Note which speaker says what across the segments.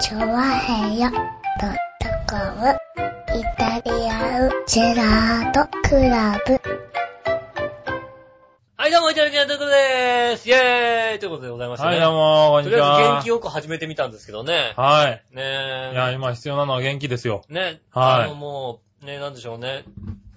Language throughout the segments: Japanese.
Speaker 1: チョワヘヨドットコムイタリアンジェラートクラブ。
Speaker 2: はい、どうも、いただきなということでーす。イェーイということでございましたね。
Speaker 3: はい、どうも、こん
Speaker 2: と
Speaker 3: に
Speaker 2: り
Speaker 3: ち
Speaker 2: あえず
Speaker 3: は。
Speaker 2: 元気よく始めてみたんですけどね。
Speaker 3: はい。
Speaker 2: ねえ。
Speaker 3: いや、今必要なのは元気ですよ。
Speaker 2: ね、
Speaker 3: はい
Speaker 2: あのもう、ね、なんでしょうね。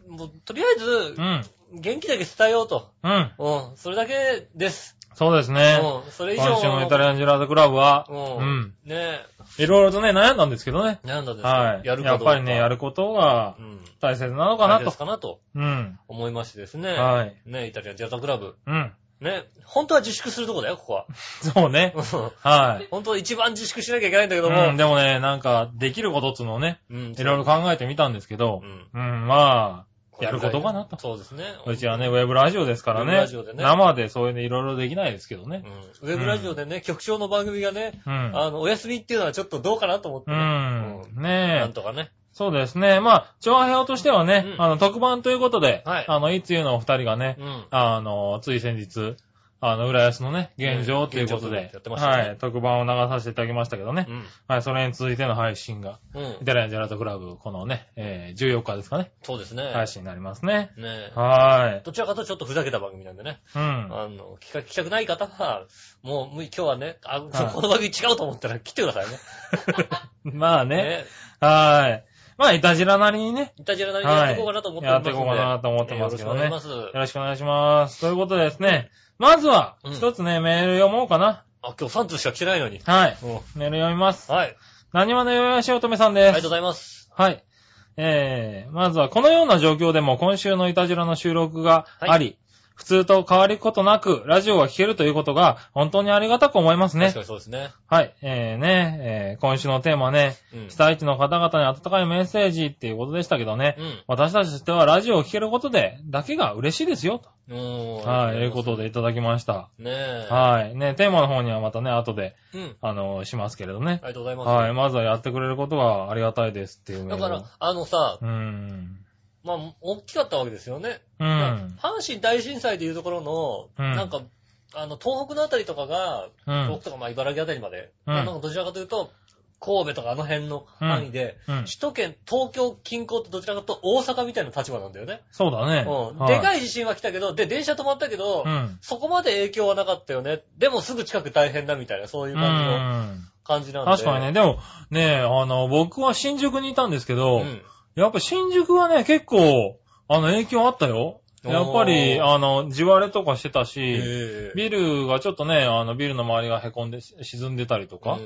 Speaker 2: もう、とりあえず
Speaker 3: う、ん。
Speaker 2: 元気だけ伝えようと。
Speaker 3: うん。
Speaker 2: うん、それだけです。
Speaker 3: そうです
Speaker 2: う
Speaker 3: ね。
Speaker 2: ん、それ以上
Speaker 3: 今週のイタリアンジェラートクラブは
Speaker 2: う、
Speaker 3: うんん。。
Speaker 2: ね
Speaker 3: いろいろとね、悩んだんですけどね。
Speaker 2: え、なんだですか、
Speaker 3: はい。
Speaker 2: やるか
Speaker 3: や
Speaker 2: ど
Speaker 3: っ
Speaker 2: うか。
Speaker 3: ぱりね、やることが
Speaker 2: うん。
Speaker 3: 大切なのかな
Speaker 2: 大切
Speaker 3: と。
Speaker 2: かなと
Speaker 3: うん。
Speaker 2: 思いましてですね。
Speaker 3: はい。
Speaker 2: ねえ、イタリアンジェラートクラブ。
Speaker 3: うん。
Speaker 2: ね、本当は自粛するとこだよ、ここは。
Speaker 3: そうね。
Speaker 2: うん
Speaker 3: はい。
Speaker 2: 本当は一番自粛しなきゃいけないんだけども。
Speaker 3: うん、でもね、なんか、できることっつうのをね、
Speaker 2: うん
Speaker 3: いろいろ考えてみたんですけど
Speaker 2: う、ん。
Speaker 3: うん、まあ、やることかなと。
Speaker 2: そうですね。
Speaker 3: うちはね、ウェブラジオですから
Speaker 2: ウェブ
Speaker 3: ね
Speaker 2: ラジオで。ね
Speaker 3: 生でそういうのいろいろできないですけどね
Speaker 2: う。ん、ウェブラジオでね、局長の番組がね、
Speaker 3: うん。
Speaker 2: あの、お休みっていうのはちょっとどうかなと思って
Speaker 3: う
Speaker 2: ね。
Speaker 3: ん。
Speaker 2: うん
Speaker 3: ね
Speaker 2: な
Speaker 3: え
Speaker 2: ん。とかね。
Speaker 3: そうですね。まあ、調和表としてはね、
Speaker 2: うん
Speaker 3: あの、特番ということで、
Speaker 2: はい
Speaker 3: あの、いつゆのお二人がね、
Speaker 2: うん。
Speaker 3: あの、つい先日、あの、浦安のね、現状ということ
Speaker 2: うん現状ということ
Speaker 3: で
Speaker 2: でやってましたね
Speaker 3: はい、特番を流させていただきましたけどね、
Speaker 2: うん。
Speaker 3: はい、それに続いての配信が、
Speaker 2: うん
Speaker 3: イ。タリアンジェラートクラブ、このね、えー14日ですかね、
Speaker 2: そうですね。
Speaker 3: 配信になりますね。
Speaker 2: ねえ。
Speaker 3: は
Speaker 2: どちらかというとちょっとふざけた番組なんでね。
Speaker 3: ーい。うん。
Speaker 2: あの、企画、企画ない方は、もう、もう今日はね、あ、
Speaker 3: はい
Speaker 2: この番組違うと思ったら来てくださいね。
Speaker 3: まあ ね、
Speaker 2: ね。
Speaker 3: はーい。まあ、いたじらなりにね、
Speaker 2: いたじらなりにやっていこうかなと思っておりますので。
Speaker 3: はいやっていこうかなと思ってますけどね
Speaker 2: よろしくお願いします。
Speaker 3: よろしくお願いします。ということでですね、まずは
Speaker 2: うん、
Speaker 3: 一つね、メール読もうかな。
Speaker 2: あ、今日3通しか来てないのに。
Speaker 3: はい。
Speaker 2: うん
Speaker 3: メール読みます。
Speaker 2: はい。
Speaker 3: 何話のよやしおとめさん
Speaker 2: あ
Speaker 3: で
Speaker 2: りがとう
Speaker 3: す。
Speaker 2: ございます。
Speaker 3: はい。えー、まずはこのような状況でも今週のいたじらの収録があり、普通と変わることなくラジオが聴けるということが本当にありがたく思いますね
Speaker 2: 確か。にそうですね。
Speaker 3: はい。えーね、えー今週のテーマね、
Speaker 2: うん
Speaker 3: 被災地の方々に温かいメッセージっていうことでしたけどね、
Speaker 2: うん
Speaker 3: 私たちとしてはラジオを聴けることで、だけが嬉しいですよ、と。
Speaker 2: おー
Speaker 3: は
Speaker 2: あ
Speaker 3: い、
Speaker 2: り
Speaker 3: いう
Speaker 2: がご
Speaker 3: こ
Speaker 2: ざま
Speaker 3: と
Speaker 2: す
Speaker 3: でいただきました。
Speaker 2: ねえ。
Speaker 3: はい。ね、テーマの方にはまたね、後で、
Speaker 2: うん。
Speaker 3: あの、しますけれどね
Speaker 2: あ。りがとうございます。
Speaker 3: はい、まずはやってくれることがありがたいですっていうメー
Speaker 2: だ
Speaker 3: ル
Speaker 2: から、あのさ、
Speaker 3: うーん。
Speaker 2: まあ、大きかったわけですよね。
Speaker 3: う
Speaker 2: 阪
Speaker 3: ん。
Speaker 2: 神大震災でいうところの、
Speaker 3: うん
Speaker 2: なんか、あの、東北のあたりとかが、
Speaker 3: うん
Speaker 2: 僕。とか、まあ、茨城あたりまで、
Speaker 3: うん
Speaker 2: なんかどちらかというと、神戸とかあの辺の範囲で、
Speaker 3: うん。
Speaker 2: 首都圏、東京近郊とどちらかというと大阪みたいな立場なんだよね。
Speaker 3: そうだね。
Speaker 2: うん。
Speaker 3: はい
Speaker 2: でかい地震は来たけど、で、電車止まったけど、
Speaker 3: うん。
Speaker 2: そこまで影響はなかったよね。でもすぐ近く大変だみたいな、そういう
Speaker 3: う
Speaker 2: 感じの
Speaker 3: ん。
Speaker 2: 感じなんで。
Speaker 3: 確かにね。でも、ねあの、僕は新宿にいたんですけど、
Speaker 2: うん。
Speaker 3: やっぱ新宿はね、結構、あの、影響あったよ。やっぱり、
Speaker 2: おー
Speaker 3: あの、地割れとかしてたし、
Speaker 2: え
Speaker 3: ビルがちょっとね、あの、ビルの周りが凹んで、し沈んでたりとか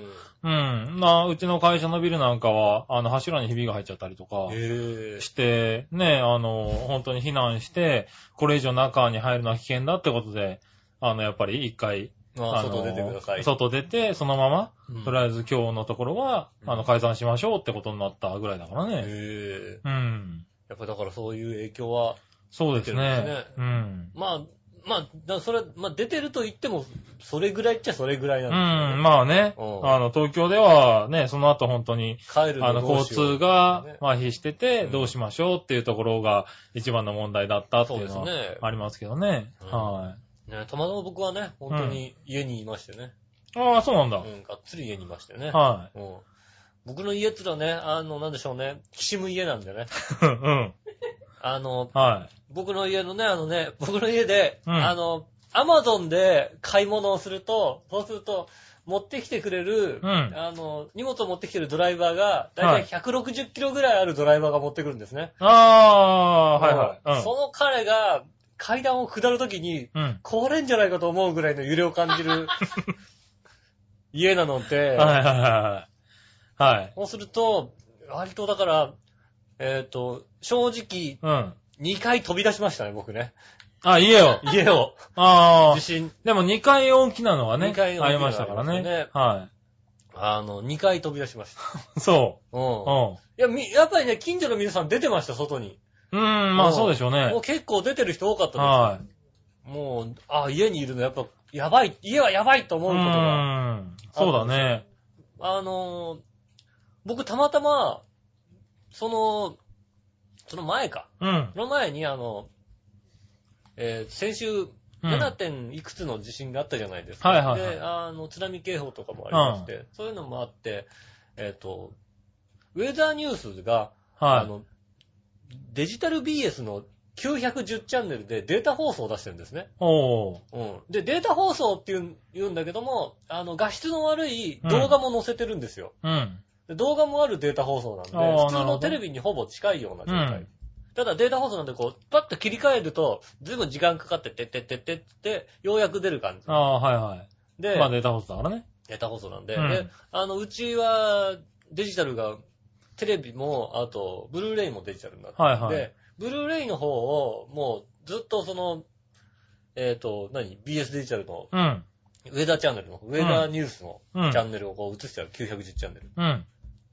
Speaker 2: う。ん
Speaker 3: うん。まあ、うちの会社のビルなんかは、あの、柱にひびが入っちゃったりとか。
Speaker 2: ええ
Speaker 3: して、ね、あの、本当に避難して、これ以上中に入るのは危険だってことで、あの、やっぱり一回、
Speaker 2: まあ、
Speaker 3: の
Speaker 2: 外出てください。
Speaker 3: 外出て、そのまま、
Speaker 2: うん
Speaker 3: とりあえず今日のところは、
Speaker 2: うん
Speaker 3: あの、解散しましょうってことになったぐらいだからね。
Speaker 2: ええ
Speaker 3: うん。
Speaker 2: やっぱだからそういう影響は、
Speaker 3: そうです
Speaker 2: 出てるんで
Speaker 3: ね
Speaker 2: す。
Speaker 3: うん。
Speaker 2: まあ、まあ、だそれ、まあ出てると言っても、それぐらいっちゃそれぐらいうなん
Speaker 3: ん、
Speaker 2: です
Speaker 3: まあね、
Speaker 2: うん
Speaker 3: あの、東京ではね、その後本当に、
Speaker 2: よね。帰る
Speaker 3: あ
Speaker 2: の
Speaker 3: の、
Speaker 2: どう
Speaker 3: 交
Speaker 2: しよう
Speaker 3: 通が
Speaker 2: ね
Speaker 3: 麻痺してて、どうしましょうっていうところが一番の問題だったって
Speaker 2: そう
Speaker 3: いう
Speaker 2: です
Speaker 3: のは
Speaker 2: ね。
Speaker 3: ありますけどね。
Speaker 2: うん
Speaker 3: は
Speaker 2: ねたまたま僕はね、本当に家にいましてね。
Speaker 3: い。ああ、そうなん
Speaker 2: う
Speaker 3: だ。
Speaker 2: ん、がっつり家にいましてね。
Speaker 3: はい。
Speaker 2: うん僕の家ってのはね、あの、なんでしょうね、きしむ家なんでね。
Speaker 3: うん。
Speaker 2: あの、
Speaker 3: は
Speaker 2: 僕の家のね、あのね、僕の家で、
Speaker 3: うん
Speaker 2: あの、アマゾンで買い物をすると、そうすると、持ってきてくれる、
Speaker 3: うん
Speaker 2: あの、荷物を持ってきてるドライバーが、だいたい160キロぐらいあるドライバーが持ってくるんですね。
Speaker 3: い。ああー、はいはい。
Speaker 2: その彼が階段を下るときに、
Speaker 3: うん。うん。
Speaker 2: 壊れんじゃないかと思うぐらいの揺れを感じ る家なので、
Speaker 3: はいはいはいはい。はい。
Speaker 2: そうすると、割とだから、えっ、と、正直、
Speaker 3: うん。
Speaker 2: 2回飛び出しましたね、僕 ね。
Speaker 3: あ、家を。
Speaker 2: 家を。
Speaker 3: ああ
Speaker 2: 地。震。
Speaker 3: でも2回大きなのはね、
Speaker 2: 二階大き
Speaker 3: あ
Speaker 2: なのはあり
Speaker 3: りま
Speaker 2: まし
Speaker 3: したた
Speaker 2: ね
Speaker 3: からね。は
Speaker 2: あの、2回飛び出しました。
Speaker 3: い。そうう。
Speaker 2: ん。
Speaker 3: う
Speaker 2: いや、み、やっぱりね、近所の皆さん出てました、外に。
Speaker 3: ん。うん、まあそうでしょう
Speaker 2: も
Speaker 3: ね
Speaker 2: う。結構出てる人多かったです。
Speaker 3: はい。
Speaker 2: もう、あ、家にいるの、やっぱ、やばい、家はやばいと
Speaker 3: う
Speaker 2: 思うことが。
Speaker 3: ーん。そうだね。
Speaker 2: あのー、僕たまたま、その、その前か。
Speaker 3: うん。
Speaker 2: その前に、あの、えー先週、
Speaker 3: うん
Speaker 2: 7. 点いくつの地震があったじゃないですか。
Speaker 3: はいはいはい
Speaker 2: で、あの、津波警報とかもありまして、そういうのもあって、えっ、と、ウェザーニュースが、あ
Speaker 3: は
Speaker 2: の、デジタル BS の910チャンネルでデータ放送を出してるんですね。
Speaker 3: い。おー。
Speaker 2: うん。で、データ放送っていうん言うんだけども、あの、画質の悪い動画も載せてるんですよ。
Speaker 3: うん。
Speaker 2: で動画もあるデータ放送なんで、
Speaker 3: あーなるほ
Speaker 2: 普通の
Speaker 3: ど
Speaker 2: テレビにほぼ近いような状態。
Speaker 3: うん
Speaker 2: ただデータ放送なんでこう、パッと切り替えると、ずいぶん時間かかって、てってってってって、ようやく出る感じ
Speaker 3: あ。あ、はいは
Speaker 2: で、
Speaker 3: い。まあデータ放送だからね。
Speaker 2: データ放送なんで、
Speaker 3: うん
Speaker 2: で、あの、うちはデジタルが、テレビも、あと、ブルーレイもデジタルになって
Speaker 3: はいはい
Speaker 2: で、ブルーレイの方を、もう、ずっとその、えっ、と、何 ?BS デジタルの
Speaker 3: うん。
Speaker 2: ウェザーチャンネルの、ウェザーニュースの
Speaker 3: うん
Speaker 2: チャンネルをこう映してある、910チャンネル。
Speaker 3: うん。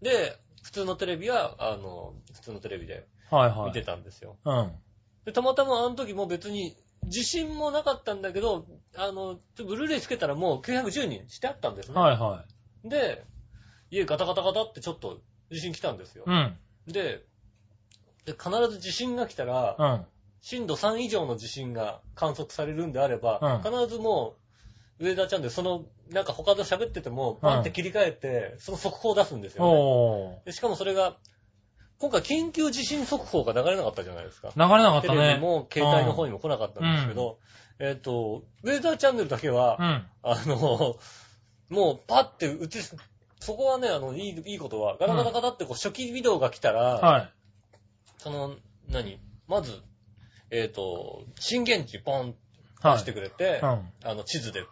Speaker 2: で、普通のテレビは、あの、普通のテレビで
Speaker 3: はいは
Speaker 2: 見て
Speaker 3: い。
Speaker 2: たんですよ。
Speaker 3: うん。
Speaker 2: で、たまたまあの時も別に、自信もなかったんだけど、あの、ブルーレイつけたらもう910にしてあったんですね。
Speaker 3: はいは
Speaker 2: で、家ガタガタガタってちょっと地震来たんですよ
Speaker 3: い。う。ん。
Speaker 2: で、で必ず地震が来たら、
Speaker 3: うん。
Speaker 2: 震度3以上の地震が観測されるんであれば、
Speaker 3: う
Speaker 2: 必ずもう、ウェザーチャンネル、その、なんか他と喋ってても、バンって切り替えて、その速報を出すんですよ、ね
Speaker 3: おー。
Speaker 2: でしかもそれが、今回緊急地震速報が流れなかったじゃないですか。
Speaker 3: 流れなかっ
Speaker 2: テ
Speaker 3: た
Speaker 2: レビ
Speaker 3: ね。
Speaker 2: も携帯の方にも来なかったんですけど、えっと、ウェザーチャンネルだけは、
Speaker 3: うん。
Speaker 2: あの、もうパッて映す、そこはね、あの、いい、いいことは、ガラガラガラってこう初期ビデオが来たら、
Speaker 3: はい。
Speaker 2: その、何まず、えっ、と、震源地ポン
Speaker 3: は
Speaker 2: 出して
Speaker 3: い。
Speaker 2: くれて、
Speaker 3: うん。
Speaker 2: あの、地図で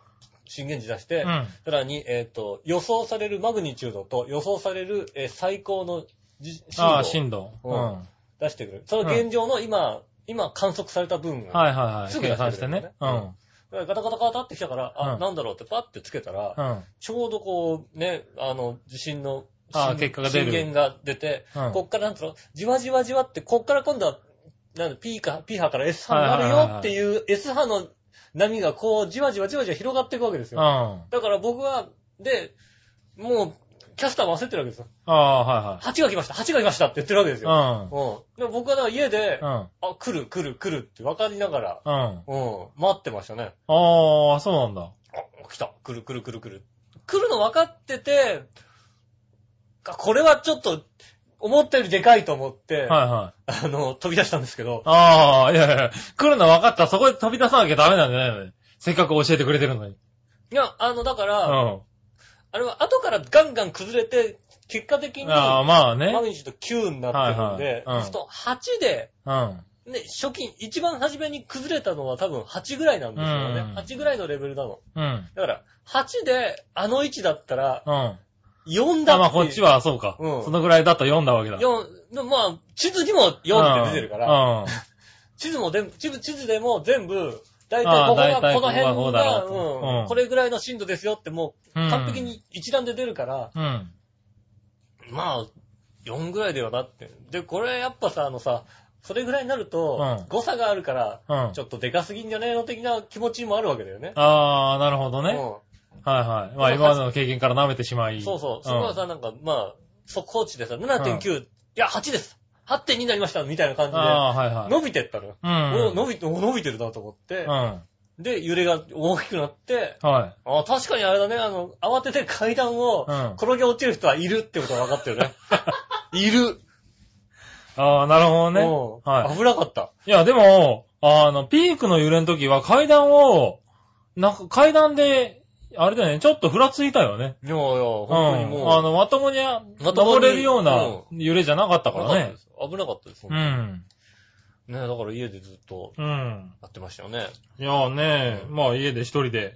Speaker 2: 震源地出して、
Speaker 3: うん。
Speaker 2: さらに、えっ、と、予想されるマグニチュードと予想される、えー最高のじ震
Speaker 3: あ
Speaker 2: 度
Speaker 3: あ、
Speaker 2: を
Speaker 3: 震度。
Speaker 2: う
Speaker 3: うんん。は
Speaker 2: 出してくれる。その現状の今、今観測された分を、
Speaker 3: いはいはい。
Speaker 2: すぐ出して
Speaker 3: 計
Speaker 2: くれる
Speaker 3: 算してね。う
Speaker 2: うん
Speaker 3: ん。
Speaker 2: だからガタガタガタってきたから、あ、
Speaker 3: うん
Speaker 2: なんだろうってパッてつけたら、
Speaker 3: うん。
Speaker 2: ちょうどこう、ね、あの、地震の、
Speaker 3: あー
Speaker 2: 震
Speaker 3: 結果が出る
Speaker 2: 震源が出て、
Speaker 3: うん
Speaker 2: こっからなんつうの、じわじわじわって、こっから今度は、なんだ、P か、P 波から S 波になる
Speaker 3: はいはいはい
Speaker 2: よ
Speaker 3: はい
Speaker 2: っていう S 波の波がこう、じわじわじわじわ広がっていくわけです
Speaker 3: うん。
Speaker 2: よ。
Speaker 3: あ
Speaker 2: だから僕は、で、もう、キャスターも焦ってるわけですよ。
Speaker 3: あ
Speaker 2: 8が来ました、8が来ましたって言ってるわけです
Speaker 3: ー、
Speaker 2: よ。
Speaker 3: はい
Speaker 2: う
Speaker 3: はい。
Speaker 2: ん。でも僕はだから家で、
Speaker 3: うん。うん。
Speaker 2: あ、来る来る来るって分かりながら、
Speaker 3: うん。
Speaker 2: うん、待ってましたね。
Speaker 3: ああ、そうなんだ。
Speaker 2: あ、来た。来る来る来る来る。来るの分かってて、あこれはちょっと、思ったよりでかいと思って、
Speaker 3: はいはい。
Speaker 2: あの、飛び出したんですけど、
Speaker 3: ああ、いやいや、来るの分かった。そこで飛び出さなきゃダメなんじゃないのせっかく教えてくれてるのに。
Speaker 2: いや、あの、だか
Speaker 3: う
Speaker 2: ら、
Speaker 3: ん。
Speaker 2: あれは後からガンガン崩れて、結果的に、
Speaker 3: ああ、
Speaker 2: マ
Speaker 3: まあね。
Speaker 2: グニチュード9になってるんで、
Speaker 3: はいはいうん
Speaker 2: そうすると8で、
Speaker 3: うん。
Speaker 2: ね、初期、一番初めに崩れたのは多分8ぐらいなんですよね
Speaker 3: う。ん
Speaker 2: 8ぐらいのレベルなの。
Speaker 3: うん。
Speaker 2: だから、8で、あの位置だったら、
Speaker 3: うん。あ、
Speaker 2: 4だっていう。
Speaker 3: まあこっちは、そうか。
Speaker 2: うん
Speaker 3: そのぐらいだと読んだわけだ。
Speaker 2: 4、でもまあ、地図にも4って出てるから、
Speaker 3: うん。うん
Speaker 2: 地図も全部、地図、地図でも全部、大体ここ
Speaker 3: ああ
Speaker 2: が、
Speaker 3: 大体
Speaker 2: こ
Speaker 3: こ
Speaker 2: の
Speaker 3: こがこ
Speaker 2: 辺
Speaker 3: うだ
Speaker 2: が、
Speaker 3: ろうと
Speaker 2: う、
Speaker 3: うんん
Speaker 2: これぐらいの震度ですよってもう、完璧。に一覧で出るから、
Speaker 3: うん。
Speaker 2: まあ、4ぐらいだよなって。で、これやっぱさ、あのさ、それぐらいになると
Speaker 3: う、ん
Speaker 2: 誤差があるから、
Speaker 3: うん。
Speaker 2: ちょっとでかすぎんじゃねえの的な気持ちもあるわけだよね。
Speaker 3: ああ、なるほどね。はい
Speaker 2: うん
Speaker 3: はい。まあ今までの経験から舐めてしまい。
Speaker 2: そうそう。そこは
Speaker 3: ん
Speaker 2: さ、なんか、まあ、速報値でさ、7.9、いや、8です。8.2になりました、みたいな感じ
Speaker 3: ああ、はい
Speaker 2: で、
Speaker 3: はい。
Speaker 2: 伸びてったのよ。
Speaker 3: うん。
Speaker 2: お伸びて、お伸びてるなと思って
Speaker 3: う、ん。
Speaker 2: で、揺れが大きくなって、
Speaker 3: はい。
Speaker 2: あ確かにあれだね、あの、慌てて階段を
Speaker 3: うん
Speaker 2: 転げ落ちる人はいるってことは分かったよ ね。いる。
Speaker 3: ああ、なるほどね。
Speaker 2: うん
Speaker 3: は
Speaker 2: 危なかった。
Speaker 3: い。いや、でも、あの、ピークの揺れの時は階段を、なんか階段で、あれだよね、ちょっとふらついたよね。
Speaker 2: いやいや、本
Speaker 3: うん。
Speaker 2: 当に
Speaker 3: あ
Speaker 2: も
Speaker 3: の、まともに
Speaker 2: ともに
Speaker 3: 登れるような揺れじゃなかっ
Speaker 2: う、
Speaker 3: たからね。
Speaker 2: 危なかったです。危
Speaker 3: う
Speaker 2: なかったです。
Speaker 3: ん。
Speaker 2: ねだから家でずっと
Speaker 3: うん。
Speaker 2: やってましたよね。
Speaker 3: いやね、まあ家で一人で。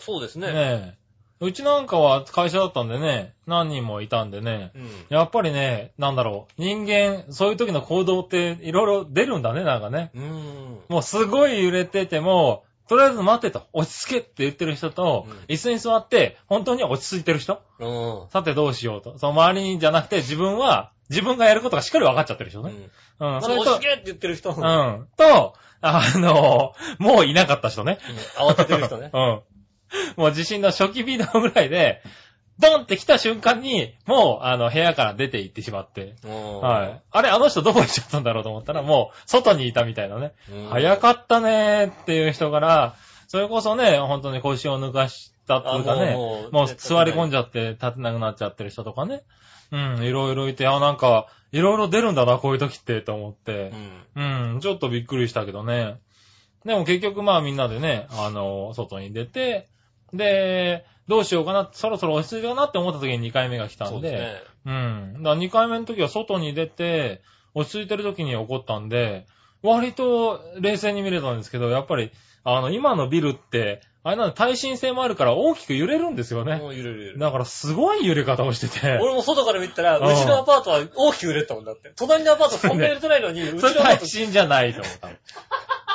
Speaker 2: そうですね。
Speaker 3: ねうちなんかは会社だったんでね、何人もいたんでね。
Speaker 2: うん。
Speaker 3: やっぱりね、なんだろう。人間、そういう時の行動っていろいろ出るんだね、なんかね。
Speaker 2: うーん。
Speaker 3: もうすごい揺れてても、とりあえず待ってと、落ち着けって言ってる人と、
Speaker 2: うん
Speaker 3: 椅子に座って、本当に落ち着いてる人
Speaker 2: うん。
Speaker 3: さてどうしようと。その周りにじゃなくて自分は、自分がやることがしっかり分かっちゃってる人
Speaker 2: う
Speaker 3: ね。
Speaker 2: ん。
Speaker 3: うん、
Speaker 2: ま
Speaker 3: そ
Speaker 2: だ
Speaker 3: れ
Speaker 2: 落ち
Speaker 3: と
Speaker 2: 着、けって言ってる人
Speaker 3: う
Speaker 2: も、うん
Speaker 3: ん、と、あの、もういなかった人ね。
Speaker 2: 慌ててる 人ね。
Speaker 3: うん。もう地震の初期ビデオぐらいで、ドンって来た瞬間に、もう、あの、部屋から出て行ってしまって。
Speaker 2: うん
Speaker 3: はい。あれ、あの人どこ行っちゃったんだろうと思ったら、もう、外にいたみたいなね。
Speaker 2: うん
Speaker 3: 早かったねーっていう人から、それこそね、本当に腰を抜かしたっていうか
Speaker 2: あ
Speaker 3: ね、
Speaker 2: もうも
Speaker 3: も
Speaker 2: う
Speaker 3: う座り込んじゃって立てなくなっちゃってる人とかね。うん、いろいろいて、あ、なんか、いろいろ出るんだな、こういう時って、と思って
Speaker 2: う。ん。
Speaker 3: うん、ちょっとびっくりしたけどね。でも結局まあみんなでね、あの、外に出て、で、どうしようかな、そろそろ落ち着いたかなって思った時に2回目が来た
Speaker 2: そ
Speaker 3: ん
Speaker 2: う
Speaker 3: で、
Speaker 2: ですね。
Speaker 3: うん。だから2回目の時は外に出て、落ち着いてる時に起こったんで、割と冷静に見れたんですけど、やっぱり、あの、今のビルって、あれなんで耐震性もあるから大きく揺れるんですよね。
Speaker 2: もう揺れる揺れる。
Speaker 3: だからすごい揺れ方をしてて。
Speaker 2: 俺も外から見たら、
Speaker 3: うん
Speaker 2: うちのアパートは大きく揺れてたもんだって。隣のアパートそんな揺れてない のに、うち
Speaker 3: それ
Speaker 2: のアパー
Speaker 3: 耐
Speaker 2: ト。
Speaker 3: 震じゃないと思った。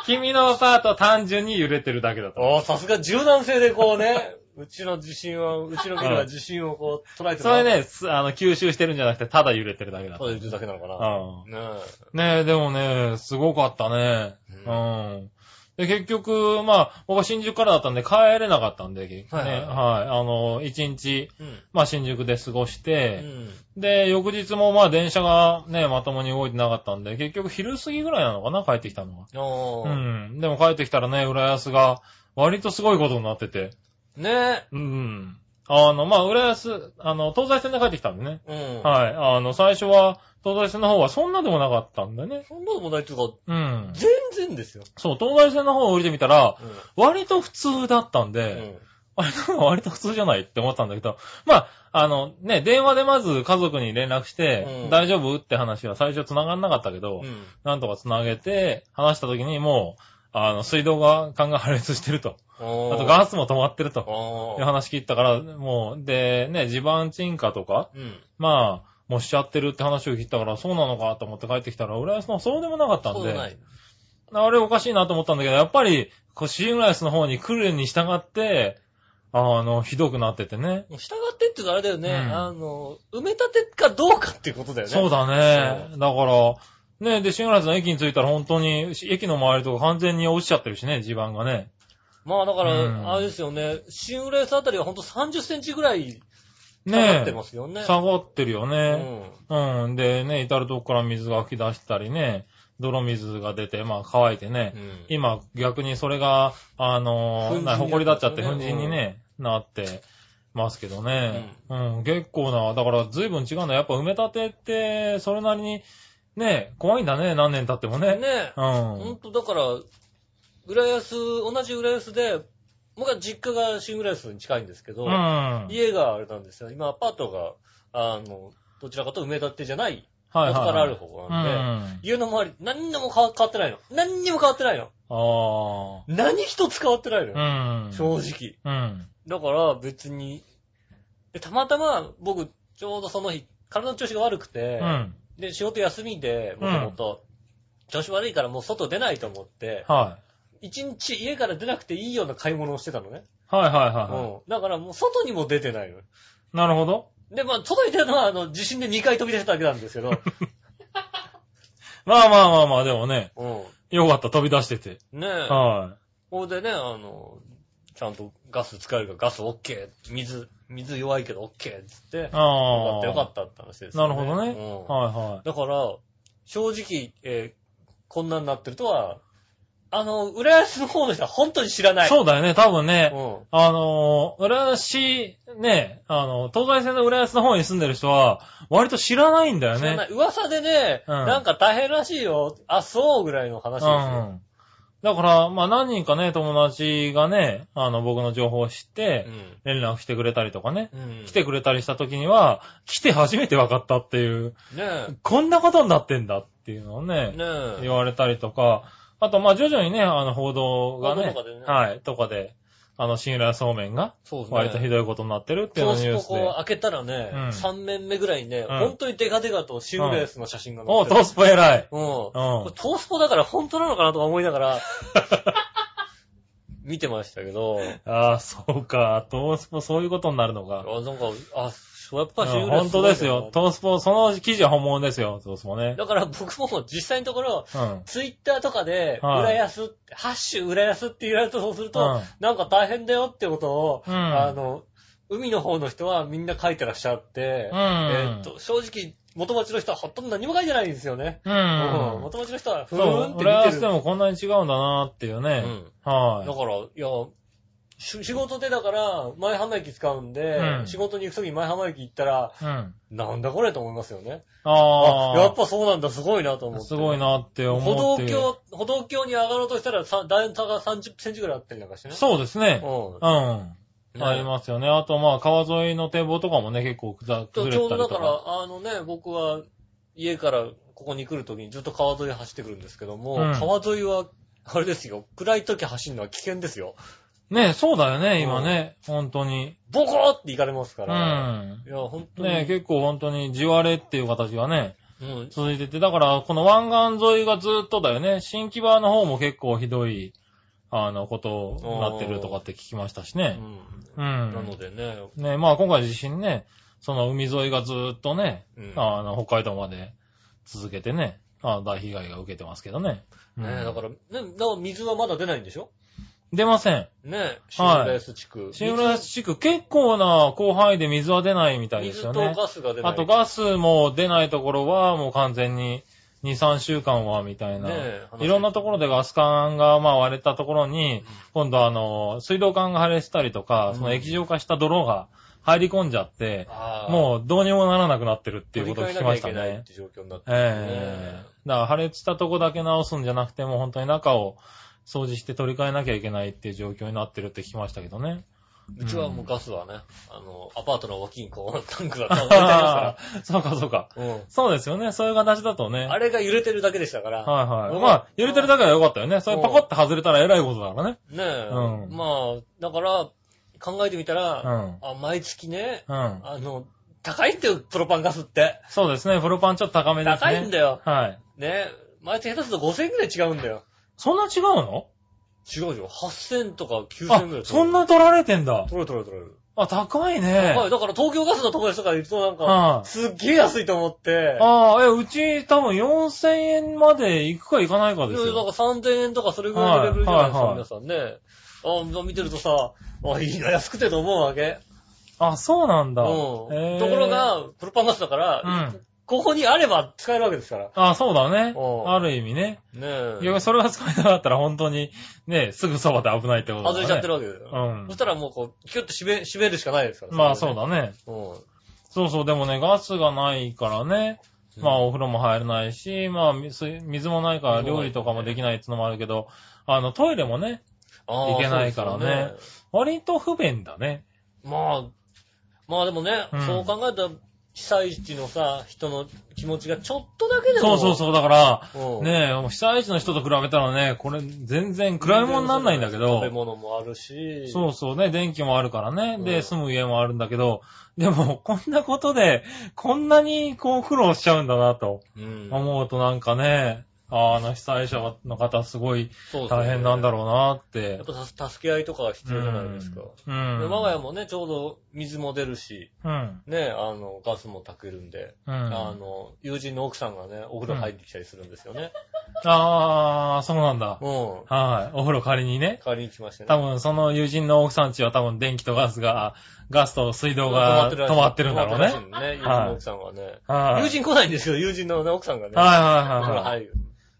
Speaker 3: 君のアパートは単純に揺れてるだけだと。
Speaker 2: ああ、さすが柔軟性でこうね、うちの地震は、うちのビルは地震をこう捉えて
Speaker 3: それ、ね、すあの、吸収してるんじゃなくて、ただ揺れてるだけだと。
Speaker 2: 捉えてるだけなのかな。
Speaker 3: う
Speaker 2: ねえ。
Speaker 3: ん。ねえ、でもね、すごかったね。
Speaker 2: う
Speaker 3: うん。で、結局、まあ、僕は新宿からだったんで帰れなかったんで、結局ね。
Speaker 2: は
Speaker 3: はいい、
Speaker 2: はい
Speaker 3: あの、一日、
Speaker 2: うん。
Speaker 3: まあ、新宿で過ごし
Speaker 2: う
Speaker 3: て、
Speaker 2: ん。
Speaker 3: で、翌日もまあ、電車がね、まともに動いてなかったんで、結局昼過ぎぐらいなのかな、帰ってきたのは。
Speaker 2: お
Speaker 3: う
Speaker 2: ー。
Speaker 3: ん。でも帰ってきたらね、浦安が、割とすごいことになってて。
Speaker 2: ね
Speaker 3: うん。あの、まあ、浦安、あの、東西線で帰ってきたんでね。
Speaker 2: え。うん。
Speaker 3: はい。あの、最初は、東西線の方はそんなでもなかったんだね。
Speaker 2: そんなこともないっていうか、
Speaker 3: うん。
Speaker 2: 全然ですよ。
Speaker 3: そう、東西線の方を降りてみたら、割と普通だったん
Speaker 2: う
Speaker 3: で、
Speaker 2: ん。
Speaker 3: あれなんか 割と普通じゃないって思ったんだけど、まあ、あのね、電話でまず家族に連絡して、
Speaker 2: うん
Speaker 3: 大丈夫って話は最初繋がんなかったけど、
Speaker 2: うん。
Speaker 3: なんとか繋げて、話した時にもう、あの、水道が管が破裂してると。
Speaker 2: あ
Speaker 3: あと
Speaker 2: と
Speaker 3: ガスも止まってると。
Speaker 2: あ
Speaker 3: いう
Speaker 2: あ。
Speaker 3: 話聞いたから、もう、で、ね、地盤沈下とか、
Speaker 2: うん。
Speaker 3: まあ、もうしちゃってるって話を聞いたから、そうなのかと思って帰ってきたら、浦安の方そうでもなかったん
Speaker 2: そう
Speaker 3: で、
Speaker 2: ない。
Speaker 3: あれおかしいなと思ったんだけど、やっぱり、こう、シームライスの方に来るに従って、あの、ひどくなっててね。
Speaker 2: もう従ってっていうのはあれだよね。
Speaker 3: うん
Speaker 2: あの、埋め立てかどうかっていうことだよね。
Speaker 3: そう
Speaker 2: だ。
Speaker 3: だね。だから、ね、で、シームライスの駅に着いたら本当に、し駅の周りとか完全に落ちちゃってるしね、地盤がね。
Speaker 2: まあだから、
Speaker 3: うん
Speaker 2: あれですよね。新浦安あたりはほんと30センチぐらい下が
Speaker 3: ね
Speaker 2: ってますよね。
Speaker 3: 下がってるよ
Speaker 2: う
Speaker 3: ね。
Speaker 2: ん。
Speaker 3: うん。で、ね、至るとこから水が噴き出したりね、泥水が出て、まあ乾いてね。
Speaker 2: うん
Speaker 3: 今、逆にそれが、あの
Speaker 2: 粉塵に
Speaker 3: ー、
Speaker 2: な
Speaker 3: な
Speaker 2: っ
Speaker 3: 埃だっちゃっ
Speaker 2: て
Speaker 3: て、
Speaker 2: ます
Speaker 3: 粉
Speaker 2: ね
Speaker 3: 塵にね、なってますけどね。うん、結構な、だから随分違うんだ。やっぱ埋め立てって、それなりに、ね、怖いんだね、何年経っても
Speaker 2: ね
Speaker 3: ね。う
Speaker 2: え。ほん
Speaker 3: ん。
Speaker 2: とだから、浦安、同じ浦安で、僕は実家が新浦安に近いんですけど、
Speaker 3: うん。
Speaker 2: 家があれなんですよ。今アパートが、あの、どちらかというと埋め立てじゃない、
Speaker 3: は
Speaker 2: 元からある方
Speaker 3: うん。
Speaker 2: なんで、
Speaker 3: あ
Speaker 2: 家の周り、何にも変わ変わってないの。何にも変わってないの。
Speaker 3: あ
Speaker 2: 何一つ変わってないのよ。
Speaker 3: ー。うん。
Speaker 2: 正直。
Speaker 3: うん。
Speaker 2: だから別に、でたまたま僕、ちょうどその日、体の調子が悪くて、
Speaker 3: うん。
Speaker 2: で、仕事休みで、もともと、調子悪いからもう外出ないと思って、
Speaker 3: は
Speaker 2: 一日家から出なくていいような買い物をしてたのね。
Speaker 3: い。はいはいはいは
Speaker 2: うん。だからもう外にも出てないの。
Speaker 3: い。なるほど。
Speaker 2: で、まあ、外に出たのは、あの、地震で2回飛び出しただけなんですけ ど、
Speaker 3: まあまあまあまあ、でもね、
Speaker 2: うん。
Speaker 3: よかった、飛び出してて。
Speaker 2: ねえ。
Speaker 3: は
Speaker 2: ここでね、あの、ちゃんとガス使えるからガス OK。水、水弱いけど OK っつって、よ
Speaker 3: い。
Speaker 2: か
Speaker 3: あ
Speaker 2: っ
Speaker 3: あ。
Speaker 2: たよかったって話ですよ、
Speaker 3: なるほどね
Speaker 2: うん
Speaker 3: はいはい。
Speaker 2: だから、正直、えーこんなになってるとは、あの、浦安の方の人は本当に知らない。
Speaker 3: そうだよね、多分ね。
Speaker 2: う
Speaker 3: あのー、浦安市、ね、あの、東海線の浦安の方に住んでる人は、割と知らないんだよ
Speaker 2: ん。
Speaker 3: ね。
Speaker 2: 知らない。噂でね、
Speaker 3: うん
Speaker 2: なんか大変らしいよ。あ、そうぐらいの話ですよ。
Speaker 3: うん。だから、まあ何人かね、友達がね、あの、僕の情報を知って、連絡してくれたりとかね、
Speaker 2: うん。うん。
Speaker 3: 来てくれたりした時には、来て初めて分かったっていう、
Speaker 2: ね
Speaker 3: こんなことになってんだっていうのを
Speaker 2: え。
Speaker 3: ね、
Speaker 2: ねえ。
Speaker 3: 言われたりとか、あと、まあ徐々にね、あの、報道が
Speaker 2: 報
Speaker 3: ね、
Speaker 2: 道とかでね
Speaker 3: はい、とかで、あの、新浦安方面が、
Speaker 2: そうですね。
Speaker 3: 割とひどいことになってるっていうのをニュ
Speaker 2: ト
Speaker 3: ース
Speaker 2: ースポ
Speaker 3: で
Speaker 2: こ。う開けたらね、
Speaker 3: うん
Speaker 2: 3面目ぐらいにね、
Speaker 3: うん
Speaker 2: 本当にデカデカとシングレースの写真が載
Speaker 3: お
Speaker 2: っ
Speaker 3: う、
Speaker 2: て
Speaker 3: ト
Speaker 2: る。
Speaker 3: ースポ偉い。
Speaker 2: うん。
Speaker 3: うん
Speaker 2: これトースポだから本当なのかなとか思いなが ら、見てましたけど、
Speaker 3: ああ、そうか。トースポ、そういうことになるの
Speaker 2: あ
Speaker 3: か。
Speaker 2: なんか、あ、そうやっ
Speaker 3: う
Speaker 2: ぱシン
Speaker 3: ん
Speaker 2: グレー
Speaker 3: 本
Speaker 2: ス
Speaker 3: 当ですよ。
Speaker 2: ごい
Speaker 3: トースポ、その記事は本物ですよ。トースポね
Speaker 2: な。だから僕も実際のところ、
Speaker 3: うん。
Speaker 2: ツイッターとかで、
Speaker 3: はい
Speaker 2: 浦安って、ハッシュ浦安って言われるとそうすると、
Speaker 3: うん
Speaker 2: なんか大変だよってことを、
Speaker 3: うん
Speaker 2: あの、海の方の人はみんな書いてらっしゃって、え
Speaker 3: うん
Speaker 2: ーっと、正直、元町の人はほとんど何も書いてないんですよね。
Speaker 3: う
Speaker 2: うん。
Speaker 3: ん。
Speaker 2: 元町の人は、ふーんっ
Speaker 3: そ
Speaker 2: て
Speaker 3: う、浦
Speaker 2: 見て
Speaker 3: 安
Speaker 2: る。
Speaker 3: でもこんなに違うんだなっていう
Speaker 2: う
Speaker 3: ね。
Speaker 2: ん。だ
Speaker 3: は
Speaker 2: から、いや、し仕事でだから、前浜駅使うんで、
Speaker 3: うん
Speaker 2: 仕事に行くときに前浜駅行ったら、
Speaker 3: うん。
Speaker 2: なんだこれと思いますよね。
Speaker 3: あ
Speaker 2: あ、
Speaker 3: あ。
Speaker 2: やっぱそうなんだ、すごいなと思って。
Speaker 3: すごいなって思
Speaker 2: 歩道
Speaker 3: って。
Speaker 2: 橋、歩道橋に上がろうとしたら、さ段差が30センチぐらいあったりなんかしてね。
Speaker 3: そうですね。
Speaker 2: う。
Speaker 3: うん。
Speaker 2: ね
Speaker 3: ありますよね。あと、まあ、川沿いの堤防とかもね、結構
Speaker 2: ち
Speaker 3: 崩
Speaker 2: ょ
Speaker 3: 崩
Speaker 2: ちょ
Speaker 3: れ
Speaker 2: う
Speaker 3: た
Speaker 2: どだ
Speaker 3: りと
Speaker 2: か
Speaker 3: か。
Speaker 2: ら、あのね、僕は家からここに来るときにずっと川沿い走ってくるんですけども、
Speaker 3: うん
Speaker 2: 川沿いは、あれですよ、暗い時走るのは危険ですよ。
Speaker 3: ね、そうだよね、
Speaker 2: うん
Speaker 3: 今ね。本当に。
Speaker 2: ボコーって行かれますか
Speaker 3: う
Speaker 2: ら。
Speaker 3: ん。
Speaker 2: いや、本当に。
Speaker 3: ね、結構本当に地割れっていう形がね、
Speaker 2: うん。
Speaker 3: 続いてて、だから、この湾岸沿いがずっとだよね。新木場の方も結構ひどい、あの、ことになってるとかって聞きましたし
Speaker 2: う
Speaker 3: ね。
Speaker 2: ん。
Speaker 3: うん。
Speaker 2: なのでね、
Speaker 3: ね、まあ今回地震ね、その海沿いがずーっとね、
Speaker 2: うん
Speaker 3: あの、北海道まで続けてね、あの大被害が受けてますけどね。うん
Speaker 2: ねだから、ね、だから水はまだ出ないんでしょ
Speaker 3: 出ません。
Speaker 2: ね、シングレース地区。
Speaker 3: 新浦安地区結構な広範囲で水は出ないみたいです
Speaker 2: 水
Speaker 3: よ
Speaker 2: と
Speaker 3: ね。
Speaker 2: ガスが出ない。
Speaker 3: あとガスも出ないところはもう完全に2、3週間はみたいな。
Speaker 2: ねえ話
Speaker 3: いろんなところでガス管がまあ割れたところに、今度あの、水道管が破裂したりとか
Speaker 2: う、ん
Speaker 3: その液状化した泥が入り込んじゃって、
Speaker 2: あー
Speaker 3: もうどうにもならなくなってるっていうことを
Speaker 2: 取
Speaker 3: 聞
Speaker 2: り替え
Speaker 3: き
Speaker 2: な
Speaker 3: ま
Speaker 2: きゃ
Speaker 3: した
Speaker 2: いけないっ
Speaker 3: ね。
Speaker 2: て状況になってるね
Speaker 3: ええだから破裂したとこだけ直すんじゃなくても、本当に中を掃除して取り替えなきゃいけないっていう状況になってるって聞きましたけどね。
Speaker 2: うちはもうガスはね、あの、アパートの脇にこう、タンクが倒れてあ
Speaker 3: ああ、 そうかそうか。
Speaker 2: りますから。うん。
Speaker 3: そうですよね。そういう形だとね。
Speaker 2: あれが揺れてるだけでしたから。
Speaker 3: はいはい。
Speaker 2: うん
Speaker 3: まあ、揺れてるだけは良かったよね。それパコって外れたらえらいことだからね。
Speaker 2: ねえ。
Speaker 3: うん
Speaker 2: まあ、だから、考えてみた
Speaker 3: う
Speaker 2: ら、
Speaker 3: ん。
Speaker 2: あ、毎月ね、
Speaker 3: うん。
Speaker 2: あの、高いんだよ、プロパンガスって。
Speaker 3: そうですね。プロパンちょっと高めですね。
Speaker 2: 高いんだよ。
Speaker 3: はい。
Speaker 2: ねえ。毎月下手すると5000円くらい違うんだよ。
Speaker 3: そんな違うの
Speaker 2: 違うじゃん。8000とか9000
Speaker 3: あ
Speaker 2: くらい。、
Speaker 3: そんな取られてんだ。
Speaker 2: 取れる取れる取れる。
Speaker 3: あ、高いね。
Speaker 2: はい。だから東京ガスの友達とか行くとなんか、
Speaker 3: はい
Speaker 2: すっげえ安いと思って、
Speaker 3: ああ、え、うち多分4000円まで行くか行かないか
Speaker 2: い
Speaker 3: で
Speaker 2: や
Speaker 3: す
Speaker 2: いやなん
Speaker 3: よ。
Speaker 2: か3000円とかそれぐらいのレベルじゃないですか、
Speaker 3: はいはい
Speaker 2: 皆さんね。あ見てるとさ、あ、いいな、安くてと思うわけ。
Speaker 3: あ、そうなんだ。
Speaker 2: う
Speaker 3: へ
Speaker 2: ん。
Speaker 3: ー
Speaker 2: ところ、が、プロパンガスだから、
Speaker 3: うん。
Speaker 2: ここにあれば使えるわけですから。
Speaker 3: あ、そうだね
Speaker 2: う。ん
Speaker 3: ある意味ね。
Speaker 2: ねえ。
Speaker 3: いや、それが使えなかったら本当に、ね、すぐそばで危ないってことだね。
Speaker 2: 外れちゃってるわけですよ。
Speaker 3: うん
Speaker 2: そしたらもうこう、キュッと締め、締めるしかないですから。
Speaker 3: まあそう
Speaker 2: だ。
Speaker 3: だね。
Speaker 2: う
Speaker 3: そうそう、でもね、ガスがないからね。
Speaker 2: うん
Speaker 3: まあお風呂も入れないし、まあ水水もないから料理とかもできないってのもあるけど、あのトイレもね、
Speaker 2: ん。
Speaker 3: いけないからね
Speaker 2: ああそうです
Speaker 3: 割と不便だね。
Speaker 2: よねまあ、まあでもね、
Speaker 3: うん
Speaker 2: そう考えたら、被災地のさ、人の気持ちがちょっとだけで
Speaker 3: そ
Speaker 2: も。
Speaker 3: うそうそう、だから、
Speaker 2: うん。
Speaker 3: ねえ、被災地の人と比べたらね、これ全然比べ物にならないんだけ
Speaker 2: 食べ
Speaker 3: ど、
Speaker 2: 物もあるし。
Speaker 3: そうそうね、電気もあるからね、
Speaker 2: う
Speaker 3: で、
Speaker 2: ん
Speaker 3: 住む家もあるんだけど、でも、こんなことで、こんなにこう苦労しちゃうんだなと
Speaker 2: うん。
Speaker 3: 思うとなんかね、あの被災者の方すごい
Speaker 2: そうですね
Speaker 3: 大変なんだろうなって
Speaker 2: やっ。ぱさ助け合いとかが必要じゃないですか。
Speaker 3: うん。
Speaker 2: で
Speaker 3: うん。
Speaker 2: 我が家もね、ちょうど水も出るし、
Speaker 3: うん。
Speaker 2: ね、あの、ガスも炊けるんで、
Speaker 3: うん。
Speaker 2: あの、友人の奥さんがね、お風呂入ってきたりするんですよね。
Speaker 3: あー、そうなんだ。
Speaker 2: うん。
Speaker 3: はい。お風呂借りにね。
Speaker 2: 代わりに来ましたね。
Speaker 3: 多分、その友人の奥さんちは多分電気とガスが、ガスと水道
Speaker 2: まって
Speaker 3: が止
Speaker 2: るらしい
Speaker 3: まってるんだろうね。
Speaker 2: 止まってるらしいんでね、友人の奥さんはね。
Speaker 3: はい。
Speaker 2: 友人来ないんですけど、友人のね奥さんがね。お
Speaker 3: はい
Speaker 2: 風
Speaker 3: は
Speaker 2: 呂
Speaker 3: いはいはい。
Speaker 2: 入る。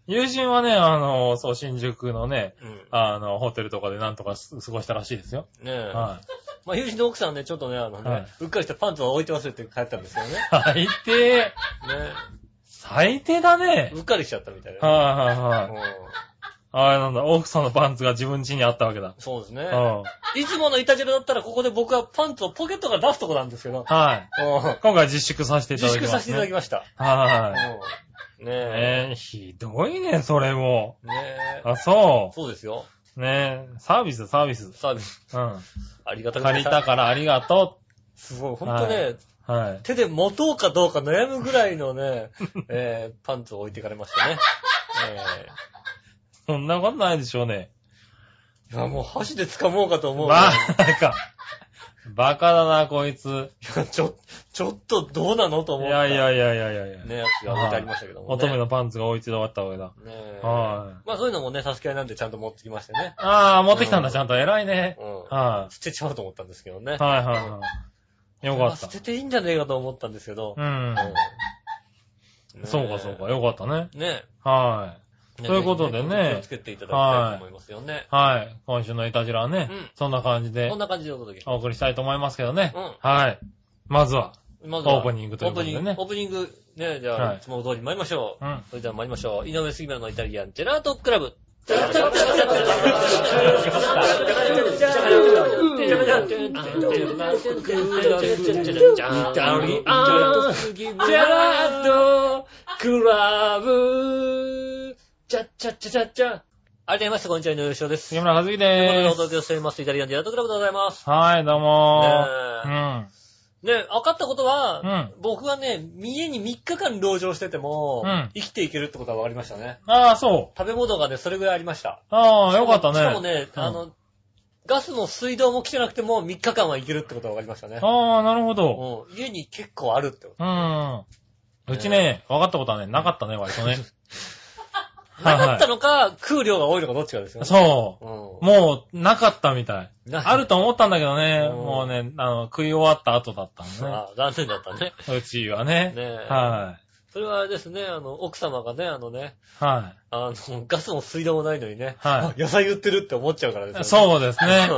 Speaker 3: 友人はね、あの、そう、新宿のね、
Speaker 2: うん。
Speaker 3: あの、ホテルとかでなんとかす過ごしたらしいですよ。
Speaker 2: ねえ。
Speaker 3: は
Speaker 2: まあ、友人の奥さんね、ちょっとね、あの
Speaker 3: は
Speaker 2: ね
Speaker 3: い、
Speaker 2: うっかりしたパンツを置いて忘れて帰ったんですよね。ね
Speaker 3: い。最低、最低だね
Speaker 2: え。う。っかりしちゃったみたいな。
Speaker 3: はいはいはい。
Speaker 2: うん
Speaker 3: あれなんだ、奥さんのパンツが自分家にあったわけだ。
Speaker 2: そうですね
Speaker 3: う。ん。
Speaker 2: いつものイタジェラだったら、ここで僕はパンツをポケットから出すとこなんですけど、
Speaker 3: はい。
Speaker 2: うん
Speaker 3: 今回実粛させていた
Speaker 2: 自
Speaker 3: だきま
Speaker 2: 粛さ
Speaker 3: す、ね。
Speaker 2: せていただきました。
Speaker 3: は
Speaker 2: うん
Speaker 3: い。
Speaker 2: ね
Speaker 3: ねえ、ひどいね、それも。
Speaker 2: え。ねえ。
Speaker 3: あ、そ
Speaker 2: そうですよ。
Speaker 3: う。ねえ、サービス、サービス。
Speaker 2: サービス、
Speaker 3: うん。
Speaker 2: ありがたく
Speaker 3: 借りた。からありがと
Speaker 2: すごい。ほんと
Speaker 3: は
Speaker 2: ね、
Speaker 3: う。はい。
Speaker 2: 手で持とうかどうか悩むぐらいのね、 えーパンツを置いてかれましたね。
Speaker 3: そんなことないでしょうね。
Speaker 2: えーいや、もう箸で掴もうかと思うぐら
Speaker 3: バ
Speaker 2: い。
Speaker 3: カ。バカだな、こいつ。
Speaker 2: いやちょ、ちょっとどうなのと
Speaker 3: い
Speaker 2: 思った。
Speaker 3: やいやいやいやいやいや。
Speaker 2: ね、やつが置いてありましたけども、
Speaker 3: 乙
Speaker 2: ね。
Speaker 3: 女のパンツが置いて終わったわけだ。
Speaker 2: ねえ。
Speaker 3: は
Speaker 2: まあそういうのもね、助け合いなんでちゃんと持ってきましてね。
Speaker 3: ああ、持ってきたん
Speaker 2: う
Speaker 3: だ、
Speaker 2: ん
Speaker 3: ちゃんと。偉いね。
Speaker 2: うん。
Speaker 3: は
Speaker 2: 捨てちゃうと思ったんですけどね
Speaker 3: い。。はいはいはい。よかっ
Speaker 2: 捨
Speaker 3: た。
Speaker 2: てていいんじゃねえかと思ったんですけど。
Speaker 3: うん。
Speaker 2: うんねえ
Speaker 3: そうかそうか。よかったね。
Speaker 2: ね
Speaker 3: は
Speaker 2: ね
Speaker 3: ということでね
Speaker 2: ぜひ気をつけていただきたいと思いますよね。
Speaker 3: はい。今週のイタジラはね、
Speaker 2: うん
Speaker 3: そんな感じで
Speaker 2: こんな感じでお届けしま
Speaker 3: お送りしたいと思いますけどね。
Speaker 2: うん
Speaker 3: はい。まずは、
Speaker 2: す。まずは
Speaker 3: オープニングということでね
Speaker 2: オープニング、オープニングね、じゃあ、
Speaker 3: はい
Speaker 2: いつも通り参りましょう。
Speaker 3: うん
Speaker 2: それでは参りましょう。井上杉村のイタリアンジェラートクラブ。ありがとうございました。こんにちは、井上翔です。
Speaker 3: 杉村和樹
Speaker 2: ということでお
Speaker 3: でー
Speaker 2: 届けしております。イタリアンジェラートクラブでございます。
Speaker 3: す。はい、どうもー。
Speaker 2: ねえ、ね分かったことは、
Speaker 3: うん
Speaker 2: 僕はね、家に3日間籠城してても、
Speaker 3: うん
Speaker 2: 生きていけるってことは分かりましたね。
Speaker 3: うん。ああ、そう。
Speaker 2: 食べ物がね、それぐらいありました。
Speaker 3: ああ、よかったね。
Speaker 2: しかもね、
Speaker 3: うん
Speaker 2: あの、ガスも水道も来てなくても3日間はいけるってことが分かりましたね。
Speaker 3: ああ、なるほど。
Speaker 2: うん、家に結構あるってこ
Speaker 3: うん。うちね、分かったことはね、なかったね、割 とね。
Speaker 2: と。なかった
Speaker 3: は
Speaker 2: のか、空量が多いのかどっちかですよね。。
Speaker 3: い。そうう。もう、なかった みたい。
Speaker 2: ん。な
Speaker 3: あると思ったんだけどね、
Speaker 2: うん
Speaker 3: もうね、あの、食い終わった後だったのね。
Speaker 2: あ残念だったね。
Speaker 3: うちはね。
Speaker 2: ねえ
Speaker 3: は
Speaker 2: それはあれですね、あの、奥様がね、あのね、
Speaker 3: い。は
Speaker 2: あの、ガスも水道もないのにね、
Speaker 3: は
Speaker 2: あ野菜売ってるって思っちゃうからですよ
Speaker 3: い。
Speaker 2: ね。
Speaker 3: そうで すね。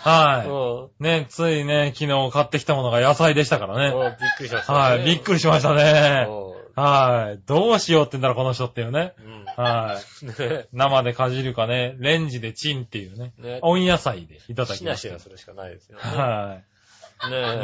Speaker 3: は
Speaker 2: うん
Speaker 3: い。ね、ついね、昨日買ってきたものが野菜でしたから
Speaker 2: うん
Speaker 3: ね。
Speaker 2: びっくりしましたね。
Speaker 3: はい。びっくりしましたね。はい。どうしようってんだろう、この人っていうね。
Speaker 2: うん
Speaker 3: はい。
Speaker 2: ね
Speaker 3: 生でかじるかね、レンジでチンっていうね、
Speaker 2: ね
Speaker 3: 温野菜でいただ
Speaker 2: し
Speaker 3: き
Speaker 2: な
Speaker 3: ま
Speaker 2: し
Speaker 3: した
Speaker 2: な。するしかないですよね。
Speaker 3: は
Speaker 2: ねえ。
Speaker 3: い。ね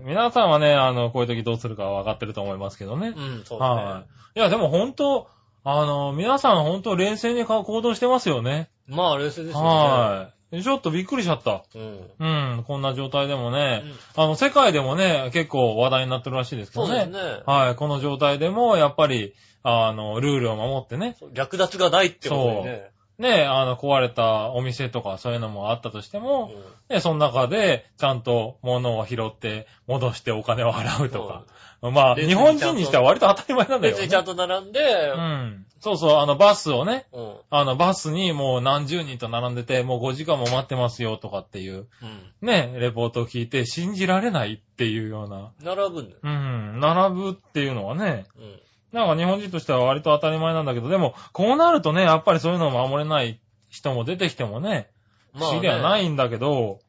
Speaker 3: え、皆さんはね、あの、こういう時どうするか分かってると思いますけどね。
Speaker 2: うん、そうだ
Speaker 3: は
Speaker 2: ね。
Speaker 3: い。いや、でも本当、あの、皆さん本当冷静に行動してますよね。
Speaker 2: まあ、冷静ですよね。
Speaker 3: はい。ちょっとびっくりしちゃった。
Speaker 2: うん。
Speaker 3: うん、こんな状態でもね
Speaker 2: うん、
Speaker 3: あの、世界でもね、結構話題になってるらしいですけ
Speaker 2: そ
Speaker 3: ど
Speaker 2: うです
Speaker 3: ね。
Speaker 2: ね。
Speaker 3: はい、この状態でも、やっぱり、あの、ルールを守ってね、
Speaker 2: そう略奪がないってことにね。
Speaker 3: ね、あの、壊れたお店とかそういうのもあったとして
Speaker 2: う
Speaker 3: も、
Speaker 2: ん
Speaker 3: ね、その中で、ちゃんと物を拾って、戻してお金を払うとか。まあ、
Speaker 2: 別に
Speaker 3: 日本人にしては割と当たり前な
Speaker 2: そうん
Speaker 3: だよ
Speaker 2: 別
Speaker 3: ね
Speaker 2: にち。ゃんと並んで
Speaker 3: う、ん。そうそう、あの、バスをね、
Speaker 2: うん。
Speaker 3: あの、バスにもう何十人と並んでて、もう5時間も待ってますよとかっていう、
Speaker 2: うん
Speaker 3: ね、レポートを聞いて、信じられないっていうような、
Speaker 2: 並ぶんだよ。
Speaker 3: うん、並ぶっていうのはね、
Speaker 2: うん。。
Speaker 3: なんか日本人としては割と当たり前なんだけど、でも、こうなるとね、やっぱりそういうのを守れない人も出てきてもね、不思議ではないいんだけど、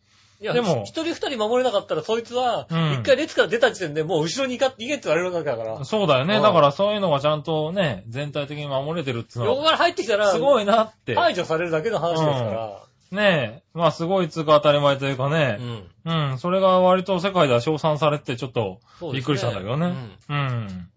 Speaker 2: いや、
Speaker 3: で
Speaker 2: で
Speaker 3: も
Speaker 2: も、一人二人守れなかったら、そいつは、
Speaker 3: うん
Speaker 2: 一回列から出た時点でもう後ろに行か逃げって言われるわけだから。
Speaker 3: そうだよ
Speaker 2: う
Speaker 3: ね。
Speaker 2: ん
Speaker 3: だからそういうのがちゃんとね、全体的に守れてるっていうの
Speaker 2: 横
Speaker 3: は、
Speaker 2: から入ってきたら、
Speaker 3: すごいなって。
Speaker 2: 排除されるだけの話ですか。
Speaker 3: ねえ。まあすごいつうか当たり前というからね。
Speaker 2: ん。
Speaker 3: うん。それが割と世界では称賛されてちょっと
Speaker 2: そうですね
Speaker 3: びっくりしたんだけど
Speaker 2: う
Speaker 3: ね
Speaker 2: ん。
Speaker 3: うん。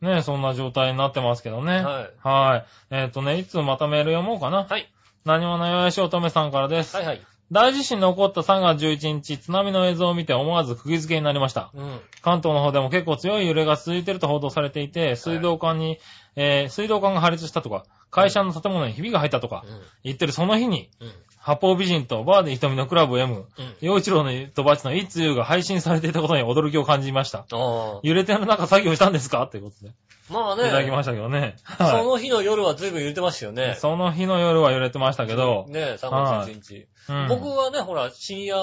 Speaker 3: ねえ、そんな状態になってますけどね。。
Speaker 2: はい
Speaker 3: はい。えっとね、いつまたメール読もうかな。
Speaker 2: はい。
Speaker 3: 何者よやしおとめさんからです。
Speaker 2: はいはい。
Speaker 3: 大地震の起こった3月11日、津波の映像を見て思わず釘付けになりました。
Speaker 2: うん。
Speaker 3: 関東の方でも結構強い揺れが続いていると報道されていて、水道管に、えー水道管が破裂したとか、会社の建物にひびが入ったとか、言ってるその日に、
Speaker 2: うん。
Speaker 3: 八方美人とバーディー瞳のクラブ M、
Speaker 2: うん。
Speaker 3: 洋一郎のとバチのいつゆが配信されていたことに驚きを感じました。
Speaker 2: ああ。
Speaker 3: 揺れてる中作業したんですかっていうことで、
Speaker 2: まあね。
Speaker 3: いただきましたけどね。
Speaker 2: そ
Speaker 3: は
Speaker 2: の日の夜は随分揺れてましたよ
Speaker 3: い。
Speaker 2: ね。
Speaker 3: その日の夜は揺れてましたけど、
Speaker 2: ねえ、3月11日。
Speaker 3: うん
Speaker 2: 僕はね、ほら、深夜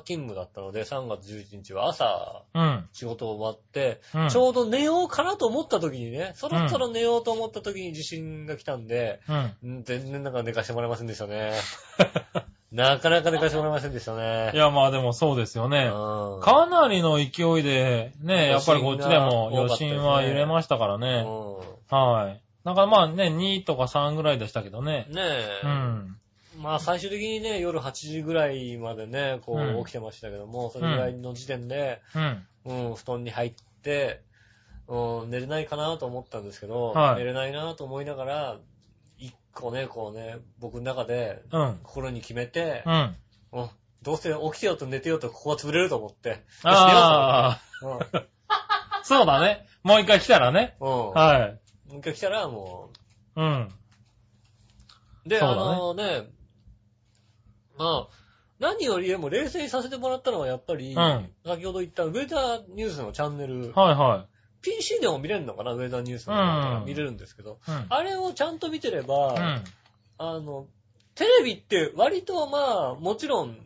Speaker 2: 勤務だったので、3月11日は朝、
Speaker 3: うん。
Speaker 2: 仕事終わって、
Speaker 3: うん
Speaker 2: ちょうど寝ようかなと思った時にね、そろそうろ寝ようと思った時に地震が来たんで、
Speaker 3: うん。
Speaker 2: うん全然なんか寝かしてもらえませんでした ね。なかなか寝かしてもらえませんでしたね。
Speaker 3: いや、まあでもそうですよね。
Speaker 2: うん
Speaker 3: かなりの勢いで、ね、やっぱりこっちでも
Speaker 2: 余震が多かっ
Speaker 3: 余
Speaker 2: たですね
Speaker 3: 震は揺れましたからね。
Speaker 2: う
Speaker 3: はい。なんかまあね、2とか3ぐらいでしたけどね
Speaker 2: ん。ねえ。
Speaker 3: うん。
Speaker 2: まあ最終的にね、夜8時ぐらいまでね、こ
Speaker 3: うん
Speaker 2: う起きてましたけども、それぐらいの時点で、
Speaker 3: うん。
Speaker 2: うん、布団に入って、うん、寝れないかなと思ったんですけど、
Speaker 3: はい
Speaker 2: 寝れないなと思いながら、一個ね、こうね、僕の中で
Speaker 3: うん。
Speaker 2: 心に決めて
Speaker 3: う、ん。
Speaker 2: うん、どうせ起きてようと寝てようとここは潰れると思って、
Speaker 3: あ
Speaker 2: うん、うん、
Speaker 3: あ、そうだね。もう一回来たらね。
Speaker 2: も
Speaker 3: は
Speaker 2: う一回来たらも
Speaker 3: い。うん。
Speaker 2: う、で、
Speaker 3: そう
Speaker 2: あ
Speaker 3: だね
Speaker 2: のね、まあ、何よりでも冷静にさせてもらったのはやっぱり、
Speaker 3: うん
Speaker 2: 先ほど言ったウェザーニュースのチャンネル、
Speaker 3: はいは
Speaker 2: PC でも見れるのかな、ウェザーニュースのなんか
Speaker 3: うん
Speaker 2: 見れるんですけど、
Speaker 3: い。うん。
Speaker 2: あれをちゃんと見てれば、
Speaker 3: うん。
Speaker 2: あの、テレビって割とまあ、もちろん、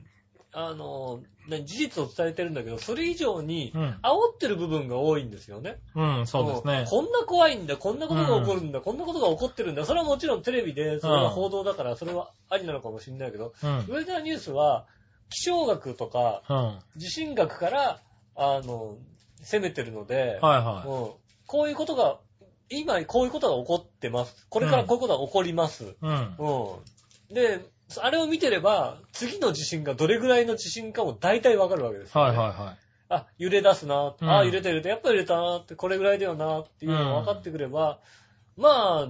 Speaker 2: あの、ね事実を伝えてるんだけど、それ以上に、
Speaker 3: うん。
Speaker 2: 煽ってる部分が多いんですよね。
Speaker 3: うん、そうですね。
Speaker 2: こんな怖いんだ、こんなことが起こるんだ、こんなことが起こってるんだ。それはもちろんテレビで、それは報道だから、それはありなのかもしれないけど、
Speaker 3: うん。
Speaker 2: ウェザーニュースは、気象学とか、
Speaker 3: うん。は
Speaker 2: 地震学から、あの、攻めてるので、
Speaker 3: いは
Speaker 2: うんこういうことが、今こういうことが起こってます。これからこういうことが起こります。
Speaker 3: い。うん。
Speaker 2: うん。で、あれを見てれば、次の地震がどれぐらいの地震かも大体わかるわけですよ、
Speaker 3: はい
Speaker 2: ね。
Speaker 3: はいは
Speaker 2: あ、揺れ出すな、
Speaker 3: うん
Speaker 2: あ、揺れてると、やっぱ揺れたなって、これぐらいだよなっていうのが分かってくれば、まあ、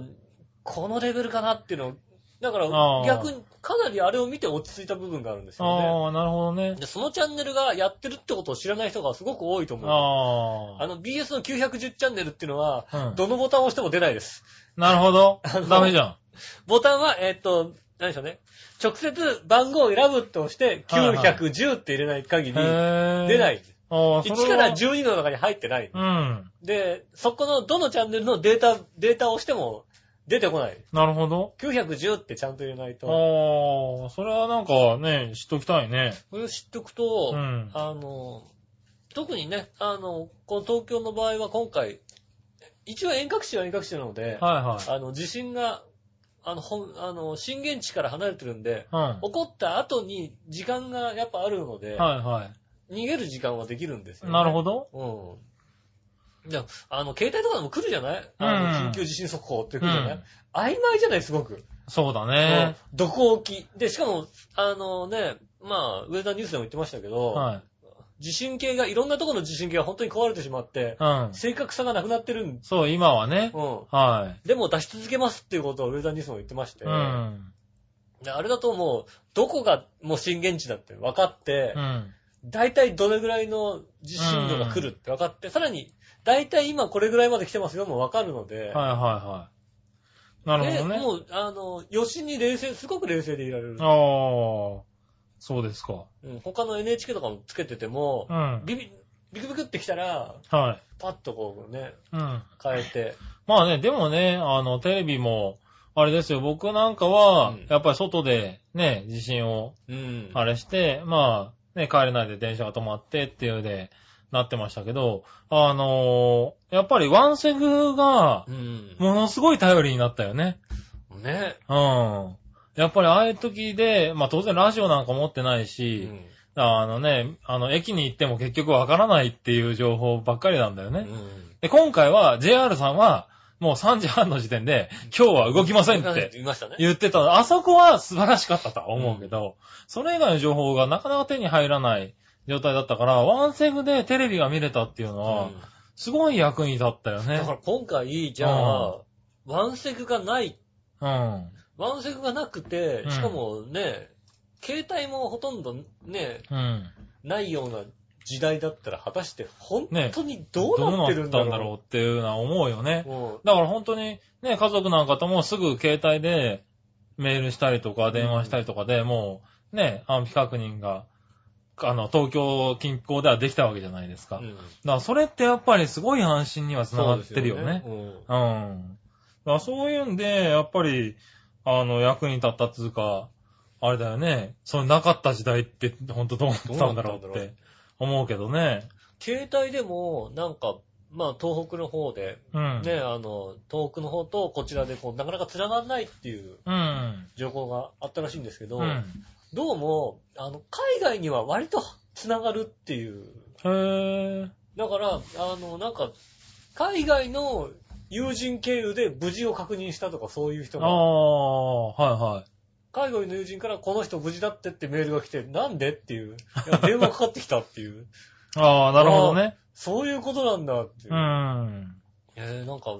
Speaker 2: このレベルかなっていうのを、だから
Speaker 3: あー
Speaker 2: 逆にかなりあれを見て落ち着いた部分があるんです
Speaker 3: い。
Speaker 2: よ
Speaker 3: ああ、なるほどね
Speaker 2: ね。。で、そのチャンネルがやってるってことを知らない人がすごく多いと思う。あ
Speaker 3: あ
Speaker 2: の BS の910チャンネルっていうのは、
Speaker 3: あ。うん。
Speaker 2: どのボタンを押しても出ないです。
Speaker 3: なるほど
Speaker 2: あの。
Speaker 3: ダメじゃん。
Speaker 2: ボタンは、えーっと、何でしょうね。直接番号を選ぶって押して、
Speaker 3: はいはい
Speaker 2: 910って入れない限り、
Speaker 3: へえ。。
Speaker 2: 出ないい。
Speaker 3: ああ、それは。
Speaker 2: 1から12の中に入ってない。
Speaker 3: うん。
Speaker 2: で、そこのどのチャンネルのデータ、データを押しても出てこない。
Speaker 3: なるほど。
Speaker 2: 910ってちゃんと入れないと。
Speaker 3: ああ、それはなんかね、知っときたいね。
Speaker 2: これを知っとくと、
Speaker 3: うん
Speaker 2: あの、特にね、あの、この東京の場合は今回、一応遠隔地は遠隔地なので、
Speaker 3: はいはい。
Speaker 2: あの、地震が、あの、ほんあの、震源地から離れてるんで、
Speaker 3: うん。は
Speaker 2: 起こった後に時間がやっぱあるので、
Speaker 3: いは
Speaker 2: 逃げる時間はできるんですよ、
Speaker 3: い。
Speaker 2: ね。
Speaker 3: なるほど。
Speaker 2: ど。うん。じゃあ、あの、携帯とかでも来るじゃないあ
Speaker 3: うん
Speaker 2: の緊急地震速報って来るじゃない、
Speaker 3: うん
Speaker 2: 曖昧じゃないすごく。
Speaker 3: そうだね。
Speaker 2: うんどこ置き。で、しかも、あのね、まあ、ウェザーニュースでも言ってましたけど、
Speaker 3: はい。
Speaker 2: 地震計が、いろんなところの地震計が本当に壊れてしまって、
Speaker 3: うん。
Speaker 2: 正確さがなくなってるんです。
Speaker 3: そう、今はね。
Speaker 2: うん。
Speaker 3: は
Speaker 2: でも出し続けますっていうことをウェザーニュースも言ってまし
Speaker 3: い。
Speaker 2: て、
Speaker 3: うん。
Speaker 2: であれだともう、どこがもう震源地だって分かって、
Speaker 3: うん。
Speaker 2: 大体どれぐらいの地震度が来るって分かって、さらに、大体今これぐらいまで来てますよも分かるので、
Speaker 3: はいはいはい。なるほど
Speaker 2: で
Speaker 3: ね。
Speaker 2: もう、あの、余震に冷静、すごく冷静でいられる。
Speaker 3: ああ、そうですか。
Speaker 2: うん他の NHK とかもつけてても
Speaker 3: う、ん。
Speaker 2: ビビ、ビクビクってきたら、
Speaker 3: はい。
Speaker 2: パッとこうね、
Speaker 3: うん。
Speaker 2: 変えて、
Speaker 3: まあね、でもね、あの、テレビも、あれですよ、僕なんか
Speaker 2: う
Speaker 3: は
Speaker 2: ん、
Speaker 3: やっぱり外で、ね、地震を、
Speaker 2: うん。
Speaker 3: あれして、まあ、ね、帰れないで電車が止まってっていうで、なってましたけど、あのーやっぱりワンセグが、
Speaker 2: うん。
Speaker 3: ものすごい頼りになったよね。
Speaker 2: ね。
Speaker 3: うん。やっぱりああいう時で、まあ当然ラジオなんか持ってないうし、
Speaker 2: ん。
Speaker 3: あのね、あの、駅に行っても結局わからないっていう情報ばっかりなんだよね。
Speaker 2: うん
Speaker 3: で、今回は JR さんは、もう3時半の時点で、今日は動きませんって
Speaker 2: 言いましたね。
Speaker 3: 言ってた。あそこは素晴らしかったとは思うけど、それ以外の情報がなかなか手に入らない状態だったから、ワンセグでテレビが見れたっていうのは
Speaker 2: う、ん
Speaker 3: すごい役に立ったよね
Speaker 2: だから。今回、じゃあ、ワンセグがない
Speaker 3: うん。
Speaker 2: ワンセグがなくて
Speaker 3: う、ん
Speaker 2: しかもね、携帯もほとんどね、
Speaker 3: うん。
Speaker 2: ないような時代だったら、果たして本当にどうなってるんだ
Speaker 3: どうなったんだろ
Speaker 2: ろ
Speaker 3: うっていうのは思うよね
Speaker 2: う。。うん
Speaker 3: だから本当に、ね、家族なんかともすぐ携帯でメールしたりとか電話したりとかで、もう、ね、安否確認が、あの、東京近郊ではできたわけじゃないですか。
Speaker 2: う
Speaker 3: だか
Speaker 2: ん
Speaker 3: らそれってやっぱりすごい安心にはつな
Speaker 2: そ
Speaker 3: が
Speaker 2: う
Speaker 3: っ
Speaker 2: です
Speaker 3: てるよね。
Speaker 2: うん
Speaker 3: うん。だからそういうんで、やっぱり、あの、役に立ったっていうか、あれだよね。それなかった時代って、本当どうなったん
Speaker 2: ど
Speaker 3: だろう
Speaker 2: うな
Speaker 3: っ
Speaker 2: ったんだろ
Speaker 3: て思うけどね。
Speaker 2: 携帯でも、なんか、まあ、東北の方で、
Speaker 3: うん。
Speaker 2: ね、あの、東北の方とこちらで、こう、なかなか繋がんないっていう
Speaker 3: うん。
Speaker 2: 情報があったらしいんですけど、
Speaker 3: うん。
Speaker 2: どうも、あの、海外には割と繋がるっていう
Speaker 3: へー。
Speaker 2: だから、あの、なんか、海外の友人経由で無事を確認したとかそういう人
Speaker 3: あ
Speaker 2: が、
Speaker 3: あ、はいはい。
Speaker 2: 海外の友人からこの人無事だってってメールが来て、なんでっていう、いや電話かかってきたって いう、
Speaker 3: ああ、なるほどね。
Speaker 2: そういうことなんだっていうう。
Speaker 3: ん。
Speaker 2: えー、なんか、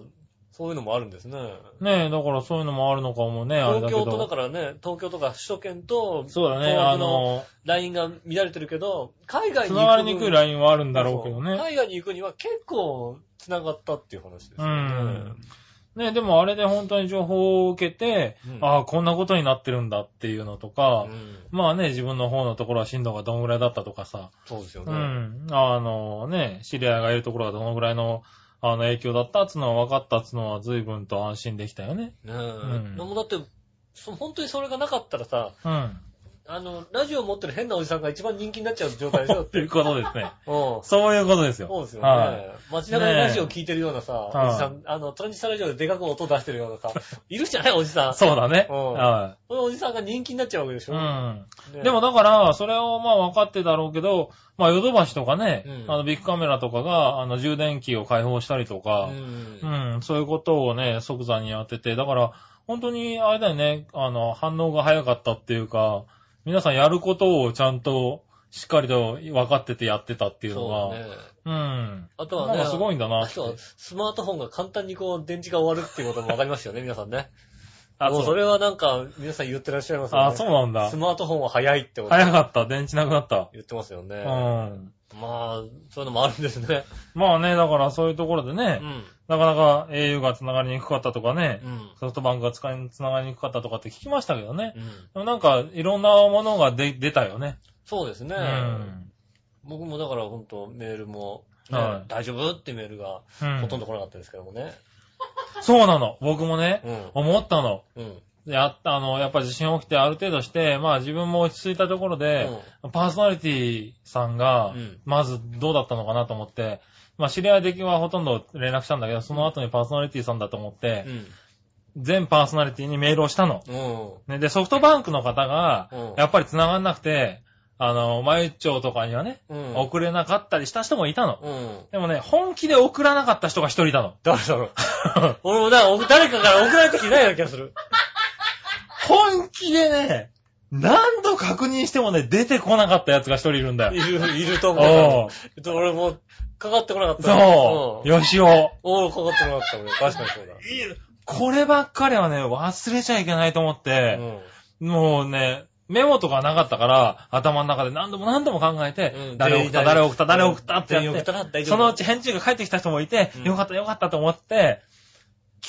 Speaker 2: そういうのもあるんですね。
Speaker 3: ねえ、だからそういうのもあるのかもね、あれだ
Speaker 2: 東
Speaker 3: け
Speaker 2: 京とだ
Speaker 3: ど。
Speaker 2: からね、東京とか首都圏と
Speaker 3: そうだね、
Speaker 2: 東
Speaker 3: あ
Speaker 2: 北の
Speaker 3: の、
Speaker 2: LINE が乱れてるけど、海外に
Speaker 3: 繋がりにくいラインはあるんだろうけど
Speaker 2: そうそう
Speaker 3: ね。
Speaker 2: 海外に行くには結構繋がったっていう話ですよね。
Speaker 3: ねえ、でもあれで本当に情報を受けて、
Speaker 2: うん
Speaker 3: ああ、こんなことになってるんだっていうのとか、
Speaker 2: うん
Speaker 3: まあね、自分の方のところは震度がどのぐらいだったとかさ、
Speaker 2: そうですよ
Speaker 3: う
Speaker 2: ね。
Speaker 3: ん。あのね、知り合いがいるところはどのぐらいの、あの、影響だったっつうのは分かったっつうのは随分と安心できたよね。
Speaker 2: ねえ。
Speaker 3: ん
Speaker 2: でもだって、そ本当にそれがなかったらさ、
Speaker 3: うん。
Speaker 2: ああの、ラジオ持ってる変なおじさんが一番人気になっちゃう状態でしょだっ
Speaker 3: と
Speaker 2: て。
Speaker 3: いうことですね。
Speaker 2: うん。
Speaker 3: そういうことですよ。
Speaker 2: そうですよ
Speaker 3: はい。
Speaker 2: ね。街中でラジオ聞いてるようなさ、
Speaker 3: ねえ
Speaker 2: おじさん、あの、トランジスタラジオででかく音出してるようなさ、いるじゃないおじさん。
Speaker 3: そうだね。
Speaker 2: うん
Speaker 3: は
Speaker 2: そういうおじさんが人気になっちゃうわけでし
Speaker 3: い。
Speaker 2: ょ。
Speaker 3: うん。
Speaker 2: ね
Speaker 3: でも、だから、それをまあ分かってだろうけど、まあヨドバシとかね、
Speaker 2: うん
Speaker 3: あのビッグカメラとかが、あの充電器を開放したりと
Speaker 2: う。
Speaker 3: か、うんん、そういうことをね、即座にやってて、だから、本当に、あれだよね、あの、反応が早かったっていうか、皆さんやることをちゃんと、しっかりと分かっててやってたっていうのが、
Speaker 2: そうね。
Speaker 3: うん。
Speaker 2: あと
Speaker 3: な
Speaker 2: は
Speaker 3: ん
Speaker 2: ね、
Speaker 3: かすごいんだな
Speaker 2: あ
Speaker 3: って
Speaker 2: と。はスマートフォンが簡単にこう、電池が終わるっていうこともわかりますよ ね、皆さんね。
Speaker 3: あ
Speaker 2: もう
Speaker 3: そ
Speaker 2: そうれはなんか、皆さん言ってらっしゃいますよね。
Speaker 3: あ、そうなんだ
Speaker 2: ス。マートフォンは早いってこと
Speaker 3: 早かった。電池なくなった。
Speaker 2: 言ってますよね。
Speaker 3: うん。
Speaker 2: まあ、そういうのもあるんですね。
Speaker 3: まあね、だからそういうところで
Speaker 2: う
Speaker 3: ね、
Speaker 2: ん。
Speaker 3: なかなか au が繋がりにくかったとかね、
Speaker 2: うん。
Speaker 3: ソフトバンクが使い、繋がりにくかったとかって聞きましたけどね。
Speaker 2: うん。
Speaker 3: でもなんか、いろんなものが出、出たよね。
Speaker 2: そうですね
Speaker 3: う。ん。
Speaker 2: 僕もだから本当メールも、ね
Speaker 3: はい
Speaker 2: 大丈夫ってメールが
Speaker 3: うん
Speaker 2: ほとんど来なかったですけどもね。
Speaker 3: そうなの。僕もね、
Speaker 2: うん。
Speaker 3: 思ったの。
Speaker 2: うん。
Speaker 3: やっあの、やっぱ地震起きてある程度して、まあ自分も落ち着いたところで、パーソナリティさんが
Speaker 2: うん、
Speaker 3: まずどうだったのかなと思って、まあ知り合い的にはほとんど連絡したんだけど、その後にパーソナリティさんだと思って
Speaker 2: う、ん。
Speaker 3: 全パーソナリティにメールをしたの。
Speaker 2: うん。
Speaker 3: ね、で、ソフトバンクの方が
Speaker 2: うん、
Speaker 3: やっぱり繋がんなくて、あの、マユ町とかにはね、
Speaker 2: うん。
Speaker 3: 送れなかったりした人もいたの。
Speaker 2: うん。
Speaker 3: でもね、本気で送らなかった人が一人いたの。
Speaker 2: 誰だろう。 俺もだ、お誰かから送られてきてないような気がする。
Speaker 3: 本気でね、何度確認してもね、出てこなかったやつが一人いるんだ
Speaker 2: い
Speaker 3: よ。
Speaker 2: る、いると思
Speaker 3: お
Speaker 2: う。えっと俺も、かかってこなかっ
Speaker 3: う
Speaker 2: た。
Speaker 3: そう。
Speaker 2: ん。
Speaker 3: よしお。
Speaker 2: おー、かかってこなかった。俺確かにそうだ。
Speaker 3: こればっかりはね、忘れちゃいけないと思って、もうね、メモとかなかったから、頭の中で何度も何度も考えて、
Speaker 2: うん
Speaker 3: 誰送った、誰送った、誰送ったって
Speaker 2: 全員
Speaker 3: や
Speaker 2: 送
Speaker 3: っ
Speaker 2: ったな
Speaker 3: て、
Speaker 2: 大丈夫
Speaker 3: そのうち返事が返ってきた人もいて
Speaker 2: うん、
Speaker 3: よかったよかったと思って、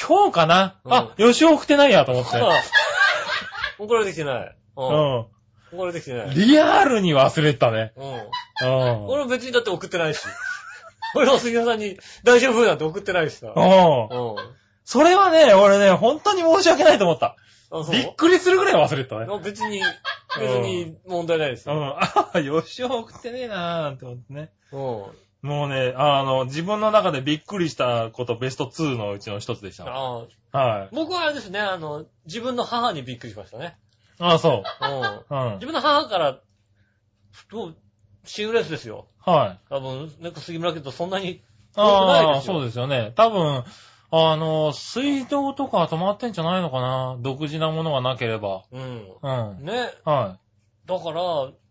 Speaker 3: 今日かなあ、
Speaker 2: う
Speaker 3: よしお送ってないやと思って。
Speaker 2: うん。送られてきてない。うん。
Speaker 3: う。
Speaker 2: 送られてきてなんい。
Speaker 3: リアルに忘れてたね。
Speaker 2: うん。
Speaker 3: うん。
Speaker 2: 俺も別にだって送ってないし。俺も杉田さんに大丈夫なんて送ってないしさ。うん。
Speaker 3: うん。
Speaker 2: あ、
Speaker 3: それはね、俺ね、本当に申し訳ないと思った。
Speaker 2: そう
Speaker 3: びっくりするぐらい忘れてたね。
Speaker 2: あ別に、別に問題ないです
Speaker 3: う
Speaker 2: よ。
Speaker 3: ん。 ああ、よしお送ってねえなーなんて思ってね。
Speaker 2: うん。
Speaker 3: もうね、あの、自分の中でびっくりしたことベスト2のうちの一つでした。
Speaker 2: ああ
Speaker 3: はい。
Speaker 2: 僕はあれですね、あの、自分の母にびっくりしましたね。
Speaker 3: ああ、そ
Speaker 2: うん。
Speaker 3: う。うん
Speaker 2: 自。分の母から、もう、シングルレースですよ。
Speaker 3: はい。
Speaker 2: 多分、なんか杉村家とそんなに、
Speaker 3: ああ、
Speaker 2: そ
Speaker 3: そううですよね。多分、あの、水道とか止まってんじゃないのかな独自なものがなければ。
Speaker 2: うん。
Speaker 3: うん。
Speaker 2: ね。
Speaker 3: は
Speaker 2: だから、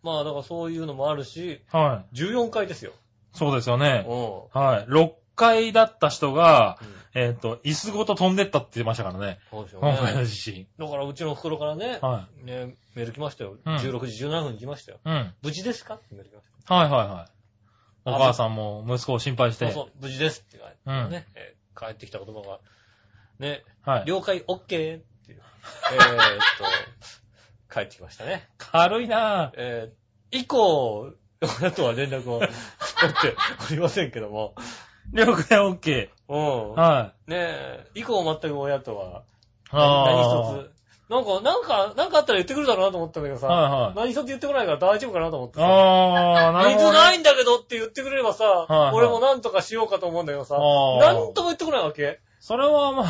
Speaker 2: まあ、だからそういうのもあるし、
Speaker 3: い。は
Speaker 2: 14回ですよ。
Speaker 3: い。そうですよ
Speaker 2: う
Speaker 3: ね
Speaker 2: ん。。
Speaker 3: はい。6階だった人が、
Speaker 2: うん
Speaker 3: えっ、と、椅子ごと飛んでったって言ってましたからね。
Speaker 2: そうですよ
Speaker 3: 今回の
Speaker 2: ね。
Speaker 3: 地震。
Speaker 2: だから、うちの袋からね、
Speaker 3: は
Speaker 2: ね、メール来ましたよ。
Speaker 3: うん
Speaker 2: 16時17分に来ましたよ。
Speaker 3: い。うん。はい
Speaker 2: 無事ですかってメール来まし。
Speaker 3: はいはい。お母さんも息子を心配したて。
Speaker 2: そうそう、無事ですって書いて、
Speaker 3: うん
Speaker 2: ね、えー帰ってきた言葉が、ね、
Speaker 3: はい。
Speaker 2: 了解 OK っていう、えー、っと、帰ってきましたね。
Speaker 3: 軽いなぁ。
Speaker 2: えー、以降、親とは連絡を取っておりませんけども、
Speaker 3: 了解 OK。
Speaker 2: う
Speaker 3: はい。
Speaker 2: ん。ねえ、以降全く親とは、
Speaker 3: あ
Speaker 2: 何一つ、なんか、なんか、なんかあったら言ってくるだろうなと思ったんだけどさ、
Speaker 3: はいはい
Speaker 2: 何一つ言ってこないから大丈夫かなと思って
Speaker 3: ー。
Speaker 2: さ
Speaker 3: あー、なるほ
Speaker 2: 水
Speaker 3: どね。
Speaker 2: ないんだけどって言ってくれればさ、
Speaker 3: いはい
Speaker 2: 俺もなんとかしようかと思うんだけどさ、
Speaker 3: あー
Speaker 2: なんとも言ってこないわけ。
Speaker 3: それはま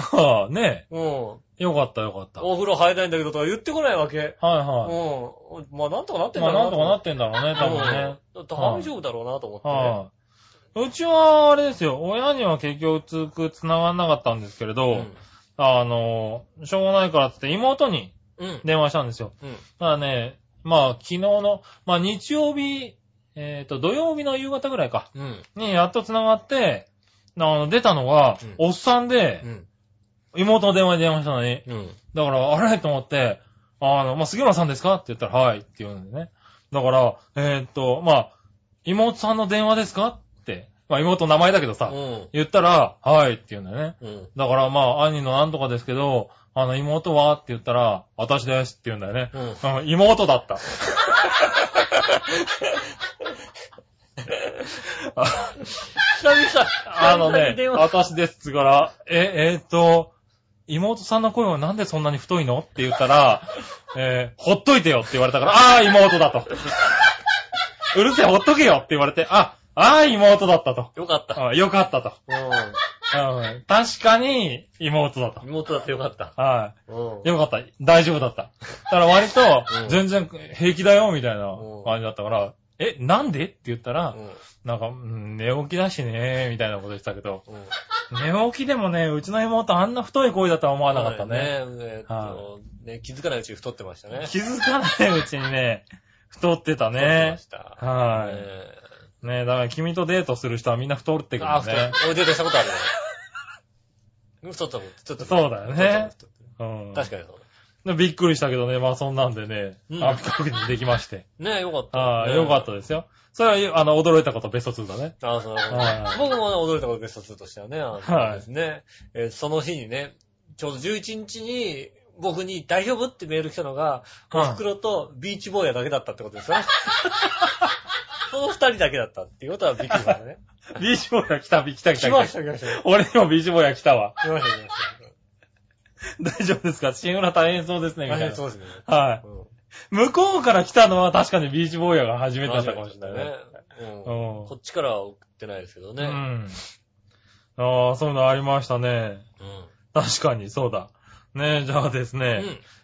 Speaker 3: あ、ね、
Speaker 2: うん。お
Speaker 3: よかったよかった。はい
Speaker 2: 風呂入れないんだけどとか言ってこないわけ。
Speaker 3: は
Speaker 2: うん。まあなんとかなって
Speaker 3: い。
Speaker 2: んだ
Speaker 3: まあ、
Speaker 2: ろう
Speaker 3: なんとかな
Speaker 2: て
Speaker 3: ってんだろうね、多分ね。
Speaker 2: うんだ大丈夫だろうなと思ってね。
Speaker 3: はい。うちは、あれですよ、親には結局、繋がんなかったんですけれど、あの、しょうがないからって妹に
Speaker 2: うん。うん。
Speaker 3: 電話したんですよ。
Speaker 2: うん。
Speaker 3: ただね、まあ、昨日の、まあ、日曜日、えっ、と、土曜日の夕方ぐらいか、
Speaker 2: うん。
Speaker 3: にやっと繋がって、あの、出たのが、
Speaker 2: う
Speaker 3: おっさんで
Speaker 2: う、ん。
Speaker 3: 妹の電話に電話したのに、
Speaker 2: うん。
Speaker 3: だから、あれと思って、あの、まあ、杉村さんですかって言ったら、はい、って言うんでね。だから、えーっと、まあ、妹さんの電話ですかって、まあ、妹の名前だけどさ、
Speaker 2: うん。
Speaker 3: 言ったら、はい、って言うんだよね。
Speaker 2: うん。
Speaker 3: だから、まあ、兄のなんとかですけど、あの、妹はって言ったら、私ですって言うんだよね。
Speaker 2: うん。
Speaker 3: うん、妹だった。
Speaker 2: 久々、
Speaker 3: あ
Speaker 2: 久
Speaker 3: の
Speaker 2: 々に
Speaker 3: ね
Speaker 2: 電、話
Speaker 3: 私ですから、え、えーっと、妹さんの声はなんでそんなに太いのって言ったら、えーほっといてよって言われたから、ああ、妹だと。うるせえ、ほっとけよって言われて、あ、ああ、妹だったと。
Speaker 2: よかった。
Speaker 3: あよかったと。
Speaker 2: う
Speaker 3: うん確かに、妹だと
Speaker 2: ん。。妹だってよかった。
Speaker 3: は
Speaker 2: うん
Speaker 3: い。。よかった。大丈夫だった。だから割と
Speaker 2: う、ん
Speaker 3: 全然平気だよ、みたいな
Speaker 2: うん
Speaker 3: 感じだったから、え、なんでって言ったら、
Speaker 2: うん
Speaker 3: なんか、うん寝起きだしね、みたいなこと言ってたけど、
Speaker 2: うん
Speaker 3: 寝起きでもね、うちの妹あんな太い声だとは思わなかったね。
Speaker 2: そうだよね。えっとね気づかないうちに太ってましたね。
Speaker 3: 気づかないうちにね、太ってた
Speaker 2: 太ってま
Speaker 3: ね。
Speaker 2: した。
Speaker 3: はい
Speaker 2: え
Speaker 3: ねだから君とデートする人はみんな太って
Speaker 2: ー
Speaker 3: くる
Speaker 2: あ、
Speaker 3: よ
Speaker 2: 太っ
Speaker 3: ね。
Speaker 2: 俺デートしたことあるね。うん太ったもん。ちょっと。
Speaker 3: そうだよね
Speaker 2: 太ったもん。
Speaker 3: うん。
Speaker 2: 確かにそうだ。
Speaker 3: でびっくりしたけどね、まあそんなんでね
Speaker 2: う、ん
Speaker 3: あ、確認できまして。
Speaker 2: ねえ、よかった。
Speaker 3: ああ、よかったですよ。それは、あの、驚いたことベスト2だね。
Speaker 2: た。ああ、そう
Speaker 3: はい
Speaker 2: 僕もね、驚いたことベスト2としてはね、あの
Speaker 3: はい
Speaker 2: ですね。えーその日にね、ちょうど11日に、僕に大丈夫ってメール来たのが、お
Speaker 3: はい
Speaker 2: 袋とビーチボーイヤだけだったってことですよね。 その二人だけだったっていうことはびっくりしましたね。
Speaker 3: ビーチボーイが来た、来 た、来た。
Speaker 2: 来ました、来ました。
Speaker 3: 俺にもビーチボーイが来たわ。
Speaker 2: 来ました、来ました。
Speaker 3: 大丈夫ですか新浦大変そうですね、みたい
Speaker 2: あ
Speaker 3: な
Speaker 2: そ。うですね。
Speaker 3: はい。向こうから来たのは確かにビーチボーイヤが初めてだったかもしれないね。
Speaker 2: うん
Speaker 3: うん
Speaker 2: こっちからは送ってないですけど
Speaker 3: う
Speaker 2: ね。
Speaker 3: ん。ああ、そういうのありましたね。
Speaker 2: うん
Speaker 3: 確かに、そうだ。ねえ、じゃあです
Speaker 2: う
Speaker 3: ね、
Speaker 2: ん。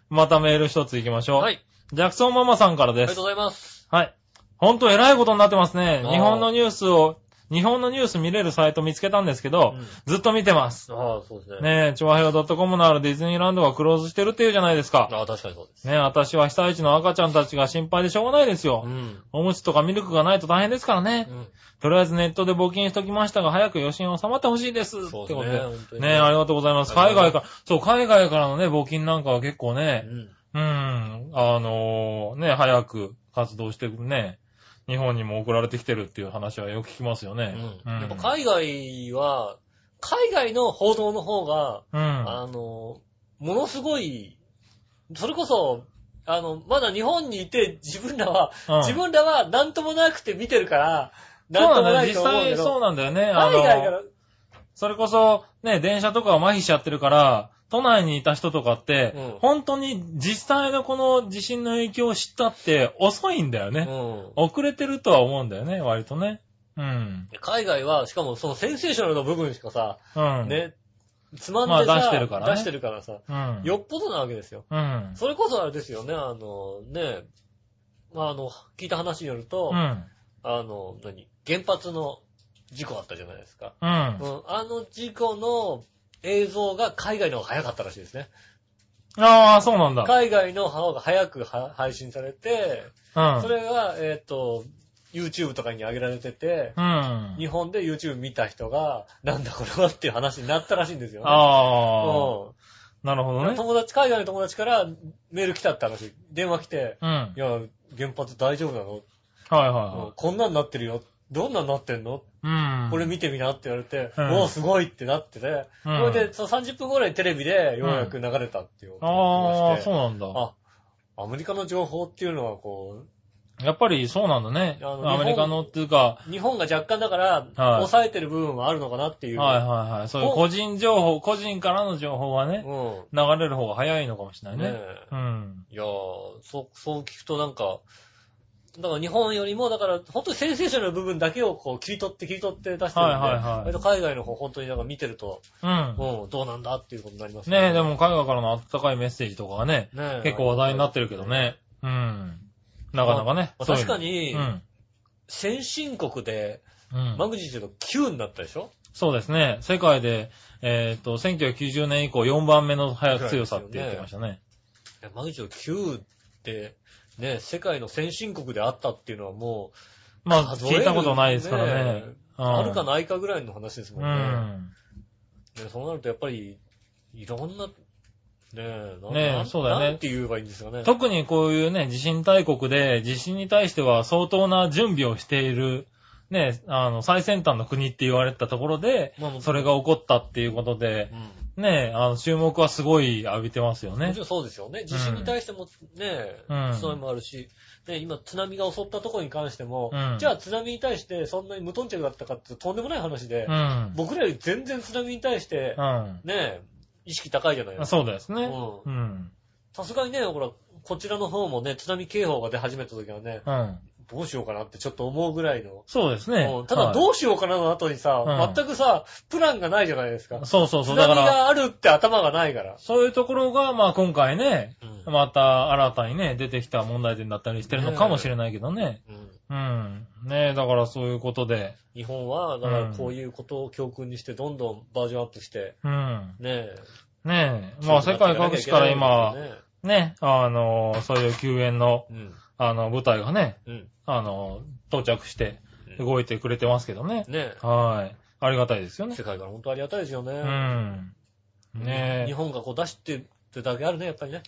Speaker 3: またメール一つ行きましょう。
Speaker 2: はい。あり
Speaker 3: ジャクソンママさんからで
Speaker 2: がと
Speaker 3: す
Speaker 2: う。ございます。
Speaker 3: はい。ほんと偉いことになってますね。
Speaker 2: あー
Speaker 3: 日本のニュースを、日本のニュース見れるサイト見つけたんですけど、
Speaker 2: うん
Speaker 3: ずっと見てます。
Speaker 2: ああ、そうですね。
Speaker 3: ねえ、調和表 .com のあるディズニーランドがクローズしてるっていうじゃないですか。
Speaker 2: ああ、確かにそうです。
Speaker 3: ねえ、私は被災地の赤ちゃんたちが心配でしょうがないですよ。
Speaker 2: ん。
Speaker 3: おむつとかミルクがないと大変ですからね。
Speaker 2: う
Speaker 3: とりあえずネットで募金しときましたが、早く余震収まってほしいです。
Speaker 2: ん。そう
Speaker 3: っ
Speaker 2: です
Speaker 3: てこ
Speaker 2: ね。本当
Speaker 3: とで。
Speaker 2: に
Speaker 3: ねありがとうございます。
Speaker 2: ありがとうござい
Speaker 3: 海外から、そう、海外からのね、募金なんかは結構
Speaker 2: う
Speaker 3: ね、
Speaker 2: ん。
Speaker 3: うん、あのーね、早く活動してね、日本にも送られてきてるっていう話はよく聞きますよね。
Speaker 2: うんやっぱ海外は、海外の報道の方が、
Speaker 3: うん。
Speaker 2: あの、ものすごい、それこそ、あの、まだ日本にいて自分らは、
Speaker 3: うん
Speaker 2: 自分らは何ともなくて見てるから、
Speaker 3: そ
Speaker 2: 何と
Speaker 3: う
Speaker 2: も
Speaker 3: な
Speaker 2: なん
Speaker 3: だ
Speaker 2: い
Speaker 3: よ、
Speaker 2: と
Speaker 3: 実
Speaker 2: 思うけ
Speaker 3: 際
Speaker 2: ど、
Speaker 3: そうなんだよね。あ
Speaker 2: 海外か
Speaker 3: の、
Speaker 2: ら、
Speaker 3: それこそ、ね、電車とかは麻痺しちゃってるから、都内にいた人とかって、
Speaker 2: うん
Speaker 3: 本当に実際のこの地震の影響を知ったって遅いんだよね。
Speaker 2: うん
Speaker 3: 遅れてるとは思うんだよね、割とね。うん。
Speaker 2: 海外は、しかもそのセンセーショナルの部分しかさ、
Speaker 3: うん。。
Speaker 2: ね、つまん
Speaker 3: まあ
Speaker 2: でさ、
Speaker 3: 出してるからね
Speaker 2: 出してるからさ、
Speaker 3: うん。
Speaker 2: よっぽどなわけですよ。
Speaker 3: うん。
Speaker 2: それこそあれですよね、あの、ね、まああの、聞いた話によると、
Speaker 3: うん。
Speaker 2: あの、何、原発の事故あったじゃないですか。
Speaker 3: うん
Speaker 2: う。ん、あの事故の映像が海外の方が早かったらしいですね。
Speaker 3: ああ、そうなんだ。
Speaker 2: 海外の方が早くは配信されて、
Speaker 3: うん。
Speaker 2: それが、えっ、と、YouTube とかに上げられてて、
Speaker 3: うん。
Speaker 2: 日本で YouTube 見た人が、なんだこれはっていう話になったらしいんですよ、ね。
Speaker 3: ああ、
Speaker 2: うん
Speaker 3: なるほどね。
Speaker 2: 友達、海外の友達からメール来たって話、電話来て、
Speaker 3: うん。はい
Speaker 2: いや、原発大丈夫なの、
Speaker 3: は
Speaker 2: こんなんなってるよ。どんなんなってんの、
Speaker 3: いはい。うん。
Speaker 2: これ見てみなって言われて、
Speaker 3: うん
Speaker 2: おお、すごいってなってね。
Speaker 3: う
Speaker 2: そ
Speaker 3: ん
Speaker 2: れで、その30分ぐらいテレビでようやく流れたっていうこと
Speaker 3: ああ、そう
Speaker 2: う
Speaker 3: なんだ。
Speaker 2: あ、アメリカの情報っていうのはこ
Speaker 3: やっぱりそうなんだね。
Speaker 2: あの
Speaker 3: アメリカのっていうか、
Speaker 2: う、日本が若干だから、
Speaker 3: はい
Speaker 2: 抑えてる部分はあるのかなっていう。
Speaker 3: はいはいはい。そういう個人情報、個人からの情報がね、
Speaker 2: う。
Speaker 3: 流れる方が早いのかもしれなんい
Speaker 2: ね
Speaker 3: ね。
Speaker 2: え。
Speaker 3: うん。
Speaker 2: いやー、そう、そう聞くとなんか、だから日本よりも、だから本当にセンセーションの部分だけをこう切り取って切り取って出してるんで、
Speaker 3: はいはいはい
Speaker 2: 割と海外の方本当になんか見てると、
Speaker 3: うん。
Speaker 2: うん、どうなんだっていうことになります
Speaker 3: ねえ、でも海外からの温かいメッセージとかがね、
Speaker 2: ねえ
Speaker 3: 結構話題になってるけど。ね。うん。なかなかね。
Speaker 2: まあ
Speaker 3: そういう
Speaker 2: 確
Speaker 3: の
Speaker 2: かに、
Speaker 3: うん。
Speaker 2: 先進国で
Speaker 3: うん
Speaker 2: マグニチュード9になったでしょ
Speaker 3: そうですね。世界で、えっ、と、1990年以降4番目の速強さって言ってましたね。
Speaker 2: いやマグニチュード9って、ね、世界の先進国であったっていうのはもう、
Speaker 3: まあ、
Speaker 2: 数える
Speaker 3: 聞いたことないですからね。
Speaker 2: ね
Speaker 3: うん
Speaker 2: あるかないかぐらいの話ですもんね。ね、そうなるとやっぱり、いろんな、ねえ、な
Speaker 3: ねえ
Speaker 2: なん
Speaker 3: そうだよね
Speaker 2: なんて言えばいいんですか
Speaker 3: う
Speaker 2: ね。
Speaker 3: ん。特にこういうね、地震大国で、地震に対しては相当な準備をしている、ね、あの、最先端の国って言われたところで、
Speaker 2: まあもう
Speaker 3: それが起こったっていうことで
Speaker 2: う、ん。
Speaker 3: ね、あの、注目はすごい浴びてますよ
Speaker 2: も
Speaker 3: ね
Speaker 2: ち。ろんそうですよね。地震に対してもね、
Speaker 3: うん
Speaker 2: そういうのもあるし、ね、今津波が襲ったところに関しても、
Speaker 3: うん
Speaker 2: じゃあ津波に対してそんなに無頓着だったかってとんでもない話で、
Speaker 3: うん。
Speaker 2: 僕らより全然津波に対して
Speaker 3: う、ん。
Speaker 2: ねえ、意識高いじゃないで
Speaker 3: あ
Speaker 2: すか。
Speaker 3: そうですね。
Speaker 2: う
Speaker 3: うん。
Speaker 2: さすがにね、ほら、こちらの方もね、津波警報が出始めた時はね、
Speaker 3: うん。
Speaker 2: どうしようかなってちょっと思うぐらいの。
Speaker 3: そうですね
Speaker 2: うん。ただ
Speaker 3: う
Speaker 2: どうしようかなの後にさ、
Speaker 3: うん
Speaker 2: 全くさ、プランがないじゃないですか。津
Speaker 3: そうそうそう。
Speaker 2: 波
Speaker 3: だから、
Speaker 2: があるって頭がないから。
Speaker 3: そういうところが、まあ今回ね、
Speaker 2: うん
Speaker 3: また新たにね、出てきた問題点だったりしてるのかもしれないけどね。
Speaker 2: うん
Speaker 3: うん。ねえ、だからそういうことで、
Speaker 2: 日本は、だからこういうことを教訓にして、どんどんバージョンアップして、
Speaker 3: うん。
Speaker 2: ね
Speaker 3: ね
Speaker 2: え。
Speaker 3: え、まあ世界各地から今、
Speaker 2: ね
Speaker 3: ね、あの、そういう救援の、
Speaker 2: うん。
Speaker 3: あの、部隊がね、
Speaker 2: うん。
Speaker 3: あの、到着して
Speaker 2: うん
Speaker 3: 動いてくれてますけどね。
Speaker 2: ね
Speaker 3: はい。ありがたいですよ
Speaker 2: え。
Speaker 3: ね。
Speaker 2: 世界から本当ありがたいですよね。
Speaker 3: うん。ね
Speaker 2: 日
Speaker 3: え。
Speaker 2: 本がこう出してってだけあるね、やっぱりね。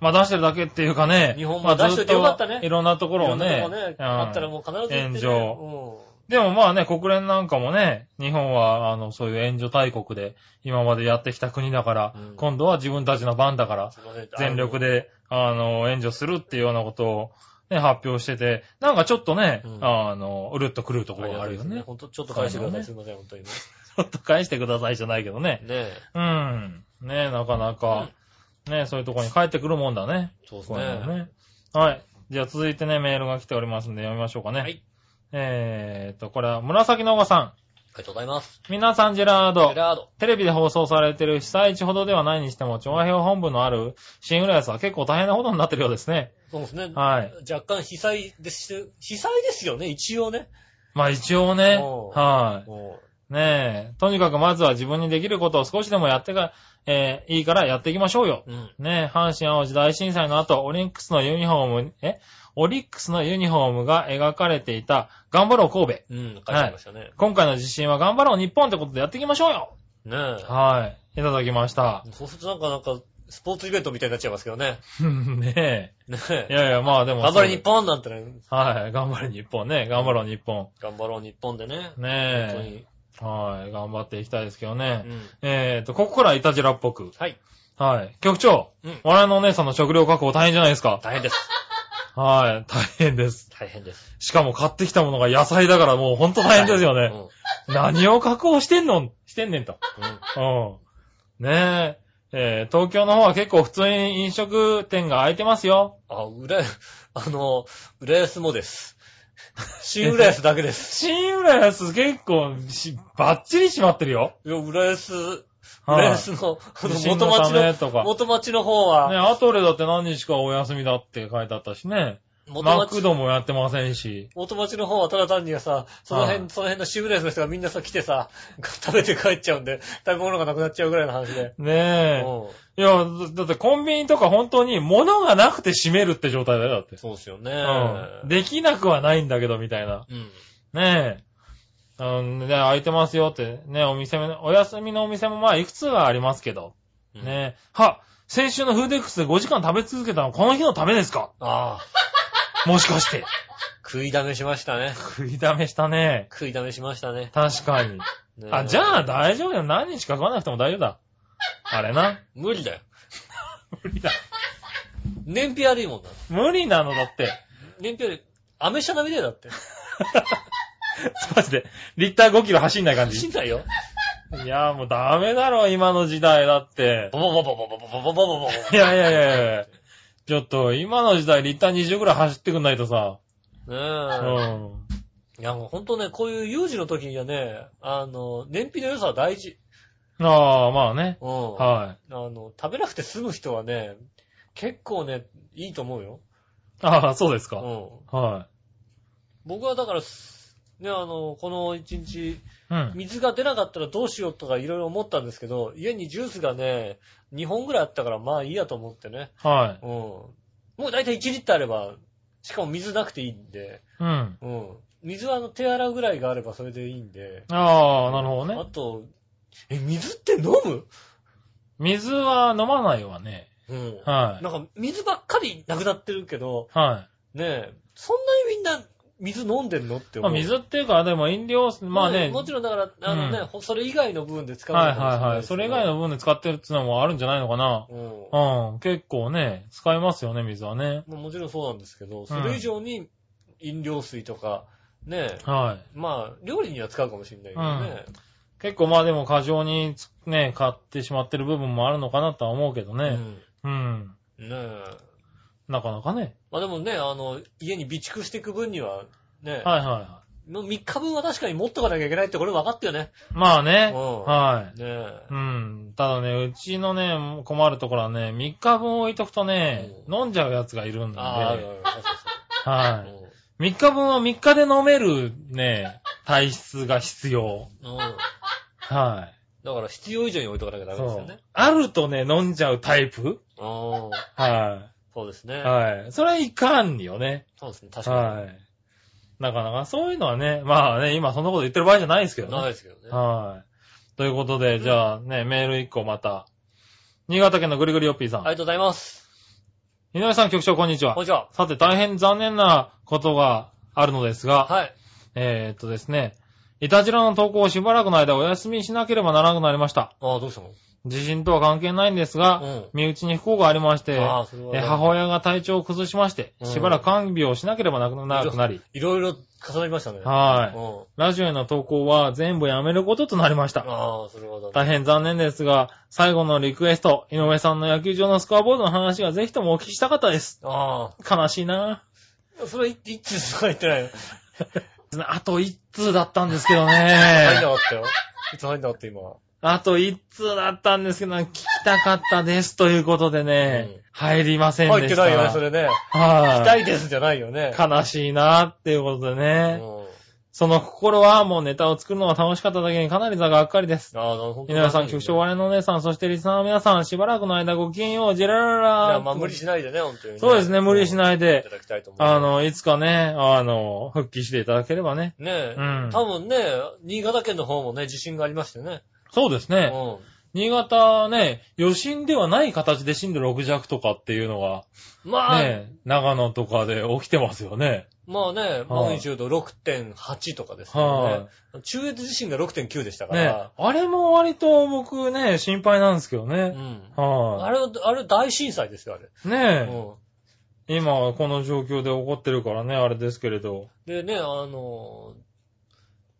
Speaker 3: まあ出してるだけっていうかね。
Speaker 2: 日本も
Speaker 3: まあ
Speaker 2: 出しといてよかったね
Speaker 3: ずといろんなところを
Speaker 2: い
Speaker 3: ね。
Speaker 2: ろんなとこね
Speaker 3: うん
Speaker 2: あったらもう必ず言ってね
Speaker 3: 炎でもまあね、国連なんかもね、日本は、あの、そういう援助大国で、今までやってきた国だから、
Speaker 2: うん
Speaker 3: 今度は自分たちの番だから
Speaker 2: うん。、すいません
Speaker 3: 全力。で、あの、援助するっていうようなことを、ね、発表してて、なんかちょっとね、
Speaker 2: うん
Speaker 3: あの、うるっとくるところがあるよね。
Speaker 2: 本当ちょっと返してください。す
Speaker 3: そ
Speaker 2: いません、本当にね。
Speaker 3: ちょっと返してくださいじゃないけどね。
Speaker 2: ねえ。
Speaker 3: うん。ねなかなか、ねそういうところに帰ってくるもんだね。
Speaker 2: そうです
Speaker 3: こういうの
Speaker 2: ね。
Speaker 3: ね。はい。じゃあ続いてね、メールが来ておりますんで読みましょうかね。
Speaker 2: はい。
Speaker 3: えーっと、これは紫のおばさん。
Speaker 2: ありがとうございます。
Speaker 3: 皆さん、ジェラード
Speaker 2: ジェ。ラード。
Speaker 3: テレビで放送されている被災地ほどではないにしても、調和表本部のある新浦安は結構大変なことになってるようですね。
Speaker 2: そうですね。
Speaker 3: はい。
Speaker 2: 若干被災です、被災ですよね、一応ね。
Speaker 3: まあ一応ね、
Speaker 2: おう
Speaker 3: は
Speaker 2: も
Speaker 3: い。ねえ、とにかくまずは自分にできることを少しでもやってが、えーいいからやっていきましょうよ。
Speaker 2: う。うん。
Speaker 3: ねえ、阪神淡路大震災の後、オリックスのユニフォーム、えオリックスのユニフォームが描かれていた、頑張ろう神戸。
Speaker 2: うん、書いてありましたね。
Speaker 3: 今回の地震は頑張ろう日本ってことでやっていきましょうよ
Speaker 2: ね
Speaker 3: はい。いただきました
Speaker 2: え。。そうするとなんか、なんか、スポーツイベントみたいになっちゃいますけどね。
Speaker 3: ね
Speaker 2: ね
Speaker 3: え。い
Speaker 2: え。
Speaker 3: やいや、まあでも。
Speaker 2: 頑張れ日本なんてね。
Speaker 3: はい。頑張れ日本ね。頑張ろう日本。
Speaker 2: 頑張ろう日本でね。本当
Speaker 3: ね
Speaker 2: に。
Speaker 3: え。はい。頑張っていきたいですけど
Speaker 2: う
Speaker 3: ね。
Speaker 2: ん。
Speaker 3: えーと、ここからはイタジラっぽく。
Speaker 2: はい。
Speaker 3: はい。局長。
Speaker 2: うん
Speaker 3: 我々のお姉さんの食料確保大変じゃないですか。
Speaker 2: 大変です。
Speaker 3: はい。大変です。
Speaker 2: 大変です。
Speaker 3: しかも買ってきたものが野菜だからもうほんと大変ですよ
Speaker 2: うん。
Speaker 3: ね。何を確保してんのしてんねんと。
Speaker 2: うん
Speaker 3: うん。ねえ。えー東京の方は結構普通に飲食店が開いてますよ。
Speaker 2: あ、浦安、あの、浦安も です。新浦安だけです。
Speaker 3: 新浦安結構し、ばっちり閉まってるよ。
Speaker 2: いや、浦安、
Speaker 3: はい
Speaker 2: 浦安の、あの
Speaker 3: 地震
Speaker 2: 元
Speaker 3: のた
Speaker 2: 町
Speaker 3: め
Speaker 2: の、
Speaker 3: とか。
Speaker 2: 元町の方は、
Speaker 3: ね、アトレだって何日かお休みだって書いてあったしね。
Speaker 2: 元
Speaker 3: マク
Speaker 2: 町
Speaker 3: ドもやってませんし。
Speaker 2: 元町の方はただ単にさ、その辺、
Speaker 3: はい
Speaker 2: その辺のシブレスの人がみんなさ、来てさ、食べて帰っちゃうんで、食べ物がなくなっちゃうぐらいの話で。
Speaker 3: ねえ。
Speaker 2: うん
Speaker 3: いや、だだってコンビニとか本当に物がなくて閉めるって状態だよ、だって。
Speaker 2: そうですよね。
Speaker 3: うん。できなくはないんだけど、みたいな。
Speaker 2: うん。
Speaker 3: ねえ。うん、ね、開いてますよって。ね、お店も、お休みのお店もまあ、いくつはありますけど。
Speaker 2: うん
Speaker 3: ねえ。は、先週のフーデックスで5時間食べ続けたの、この日のためですか
Speaker 2: ああ、
Speaker 3: もしかして。
Speaker 2: 食いだめしましたね。
Speaker 3: 食いだめしたね。
Speaker 2: 食いだめしましたね。
Speaker 3: 確かに。
Speaker 2: ね
Speaker 3: あ、じゃあ大丈夫だよ。何日か食わなくても大丈夫だ。あれな。
Speaker 2: 無理だよ。
Speaker 3: 無理だ。
Speaker 2: 燃費悪いもんだ。
Speaker 3: 無理なのだって。
Speaker 2: 燃費悪い。アメ車並みだよ、だって。
Speaker 3: マジで。リッター5キロ走んない感
Speaker 2: 死
Speaker 3: じ。
Speaker 2: んないよ。
Speaker 3: いやーもうダメだろ、今の時代だって。
Speaker 2: ボボボボボボボボボボボボボ。
Speaker 3: いやいやいやいやちょっと、今の時代、リッター20ぐらい走ってくんないとさ。
Speaker 2: ねえ。
Speaker 3: うん。
Speaker 2: いや、もうほんとね、こういう有事の時にはね、あの、燃費の良さは大事。
Speaker 3: ああ、まあね。
Speaker 2: うん。あ
Speaker 3: はい。
Speaker 2: の、食べなくて済む人はね、結構ね、いいと思うよ。
Speaker 3: ああ、そうです
Speaker 2: う
Speaker 3: か。
Speaker 2: ん。
Speaker 3: は
Speaker 2: 僕はだから、すね、あの、この一日、
Speaker 3: い。うん。
Speaker 2: 水が出なかったらどうしようとかいろいろ思ったんですけど、家にジュースがね、2本ぐらいあったからまあいいやと思ってね。
Speaker 3: は
Speaker 2: うん。もうだいたい1リットルあれば、しかも水なくていいんで、
Speaker 3: い。うん。
Speaker 2: うん。水はあの手洗うぐらいがあればそれでいいんで、
Speaker 3: ああ、なるほど
Speaker 2: あ
Speaker 3: ね。
Speaker 2: と、え、水って飲む
Speaker 3: 水は飲まないわね。
Speaker 2: うん。
Speaker 3: は
Speaker 2: なんか水ばっかりなくなってるけど、
Speaker 3: い。はい。
Speaker 2: ねえ、そんなにみんな水飲んでんのって思
Speaker 3: ま
Speaker 2: う。
Speaker 3: あ、水っていうか、でも飲料、まあね、
Speaker 2: もちろんだから、あのね、
Speaker 3: うん
Speaker 2: ほそれ以外の部分で使うの
Speaker 3: はい
Speaker 2: かもし
Speaker 3: はい
Speaker 2: な
Speaker 3: はい。
Speaker 2: です
Speaker 3: そ
Speaker 2: けど
Speaker 3: れ以外の部分で使ってるっていうのもあるんじゃないのかな。
Speaker 2: うん。
Speaker 3: うん。結構ね、使いますよね、水はね。
Speaker 2: まあもちろんそうなんですけど、それ以上に飲料水とか、ねえ、
Speaker 3: は
Speaker 2: まあ、料理には使うかもしれないけどね。
Speaker 3: い。結構まあでも過剰につね、買ってしまってる部分もあるのかなとは思うけど
Speaker 2: う
Speaker 3: ね。
Speaker 2: ん。
Speaker 3: うん。
Speaker 2: ねえ。
Speaker 3: なかなかね。
Speaker 2: まあでもね、あの、家に備蓄していく分には、ね、
Speaker 3: はいはいは
Speaker 2: もう3日分は確かに持っとかなきゃいけないってこれ分かったよね。
Speaker 3: い。まあね。
Speaker 2: うん
Speaker 3: はい。
Speaker 2: ねえ。
Speaker 3: うん。ただね、うちのね、困るところはね、3日分置いとくとね、飲んじゃうやつがいるんで、
Speaker 2: ああ、あるあ
Speaker 3: は
Speaker 2: るそうそう
Speaker 3: い。3日分は3日で飲めるね、体質が必要。
Speaker 2: そううんうん
Speaker 3: は
Speaker 2: だから必要以上に置いとかなきゃダ
Speaker 3: い。
Speaker 2: メです
Speaker 3: そ
Speaker 2: よ
Speaker 3: う
Speaker 2: ね。。
Speaker 3: あるとね、飲んじゃうタイプ
Speaker 2: うん
Speaker 3: は
Speaker 2: そうです
Speaker 3: い。
Speaker 2: ね。
Speaker 3: はい。それはいかんよね。
Speaker 2: そうですね、確か
Speaker 3: はい。なかなかそういうのはね、まあね、今そんなこと言ってる場合じゃないですけど
Speaker 2: に。
Speaker 3: ね。
Speaker 2: ないですけどね。
Speaker 3: はい。ということで、じゃあね、メール1個また。新潟県のぐりぐりおっぴーさん。
Speaker 2: ありがとうございます。
Speaker 3: 井上さん局長、こんにちは
Speaker 2: こん。にちは。
Speaker 3: さて、大変残念なことがあるのですが、
Speaker 2: はい。
Speaker 3: えー、っとですね、いたじらの投稿をしばらくの間お休みしなければならなくなりました。
Speaker 2: ああ、どうしたの
Speaker 3: 地震とは関係ないんですが、
Speaker 2: うん
Speaker 3: 身内に不幸がありまして、
Speaker 2: ああ、それは
Speaker 3: え
Speaker 2: ね。
Speaker 3: 母親が体調を崩しまして、
Speaker 2: うん
Speaker 3: しばらく看病をしなければなくなくなり、
Speaker 2: いろいろ重なりましたね。
Speaker 3: はい。
Speaker 2: うん。
Speaker 3: ラジオへの投稿は全部やめることとなりました。
Speaker 2: ああ、それはだね。
Speaker 3: 大変残念ですが、最後のリクエスト、井上さんの野球場のスコアボードの話がぜひともお聞きしたかったです。
Speaker 2: あ
Speaker 3: 悲しいなぁ。
Speaker 2: あ。それはいいつしか言ってないよ。い
Speaker 3: あと一通だったんですけど
Speaker 2: つ入んな
Speaker 3: ね。
Speaker 2: かったよ。いつ入んなかった、今。
Speaker 3: あと一通だったんですけど、聞きたかったですということでね、
Speaker 2: うん
Speaker 3: 入りません
Speaker 2: 入
Speaker 3: で
Speaker 2: っ
Speaker 3: してた。
Speaker 2: ないよね、それね。
Speaker 3: は
Speaker 2: 痛
Speaker 3: い
Speaker 2: いですじゃないよね。
Speaker 3: 悲しいなっていうことで
Speaker 2: う
Speaker 3: ね、
Speaker 2: ん。
Speaker 3: その心はもうネタを作るのが楽しかっただけにかなり座がっかりです。
Speaker 2: ああ、なるほど。
Speaker 3: 皆さん、局長、我のお姉さん、そしてリスナーの皆さん、しばらくの間ごきげんよう、ジェララ
Speaker 2: いや、
Speaker 3: ラ
Speaker 2: まあ無理しないでね、本当に。
Speaker 3: そうですね、無理し
Speaker 2: い
Speaker 3: ない
Speaker 2: でい
Speaker 3: で
Speaker 2: た、だきたいと思います
Speaker 3: あ、の、いつかね、あの、復帰していただければね。
Speaker 2: ねえ、
Speaker 3: うん
Speaker 2: 多分ね、新潟県の方もね、地震がありましてね。
Speaker 3: そうです
Speaker 2: う
Speaker 3: ね。
Speaker 2: ん。
Speaker 3: 新潟はね、余震ではない形で震度6弱とかっていうのが、
Speaker 2: まあ、
Speaker 3: ね、長野とかで起きてますよね。
Speaker 2: まあね、マグニチュード6.8とかですよ
Speaker 3: は
Speaker 2: ね。中越地震が6.9でした
Speaker 3: い。
Speaker 2: か
Speaker 3: ね、
Speaker 2: ら。
Speaker 3: あれも割と僕ね、心配なんですけど
Speaker 2: う
Speaker 3: ね。
Speaker 2: ん。あ
Speaker 3: は
Speaker 2: れ、あれ大震災ですよ、あれ。
Speaker 3: い。
Speaker 2: う
Speaker 3: ね
Speaker 2: ん。
Speaker 3: え、今この状況で起こってるからね、あれですけれど。
Speaker 2: でね、あの、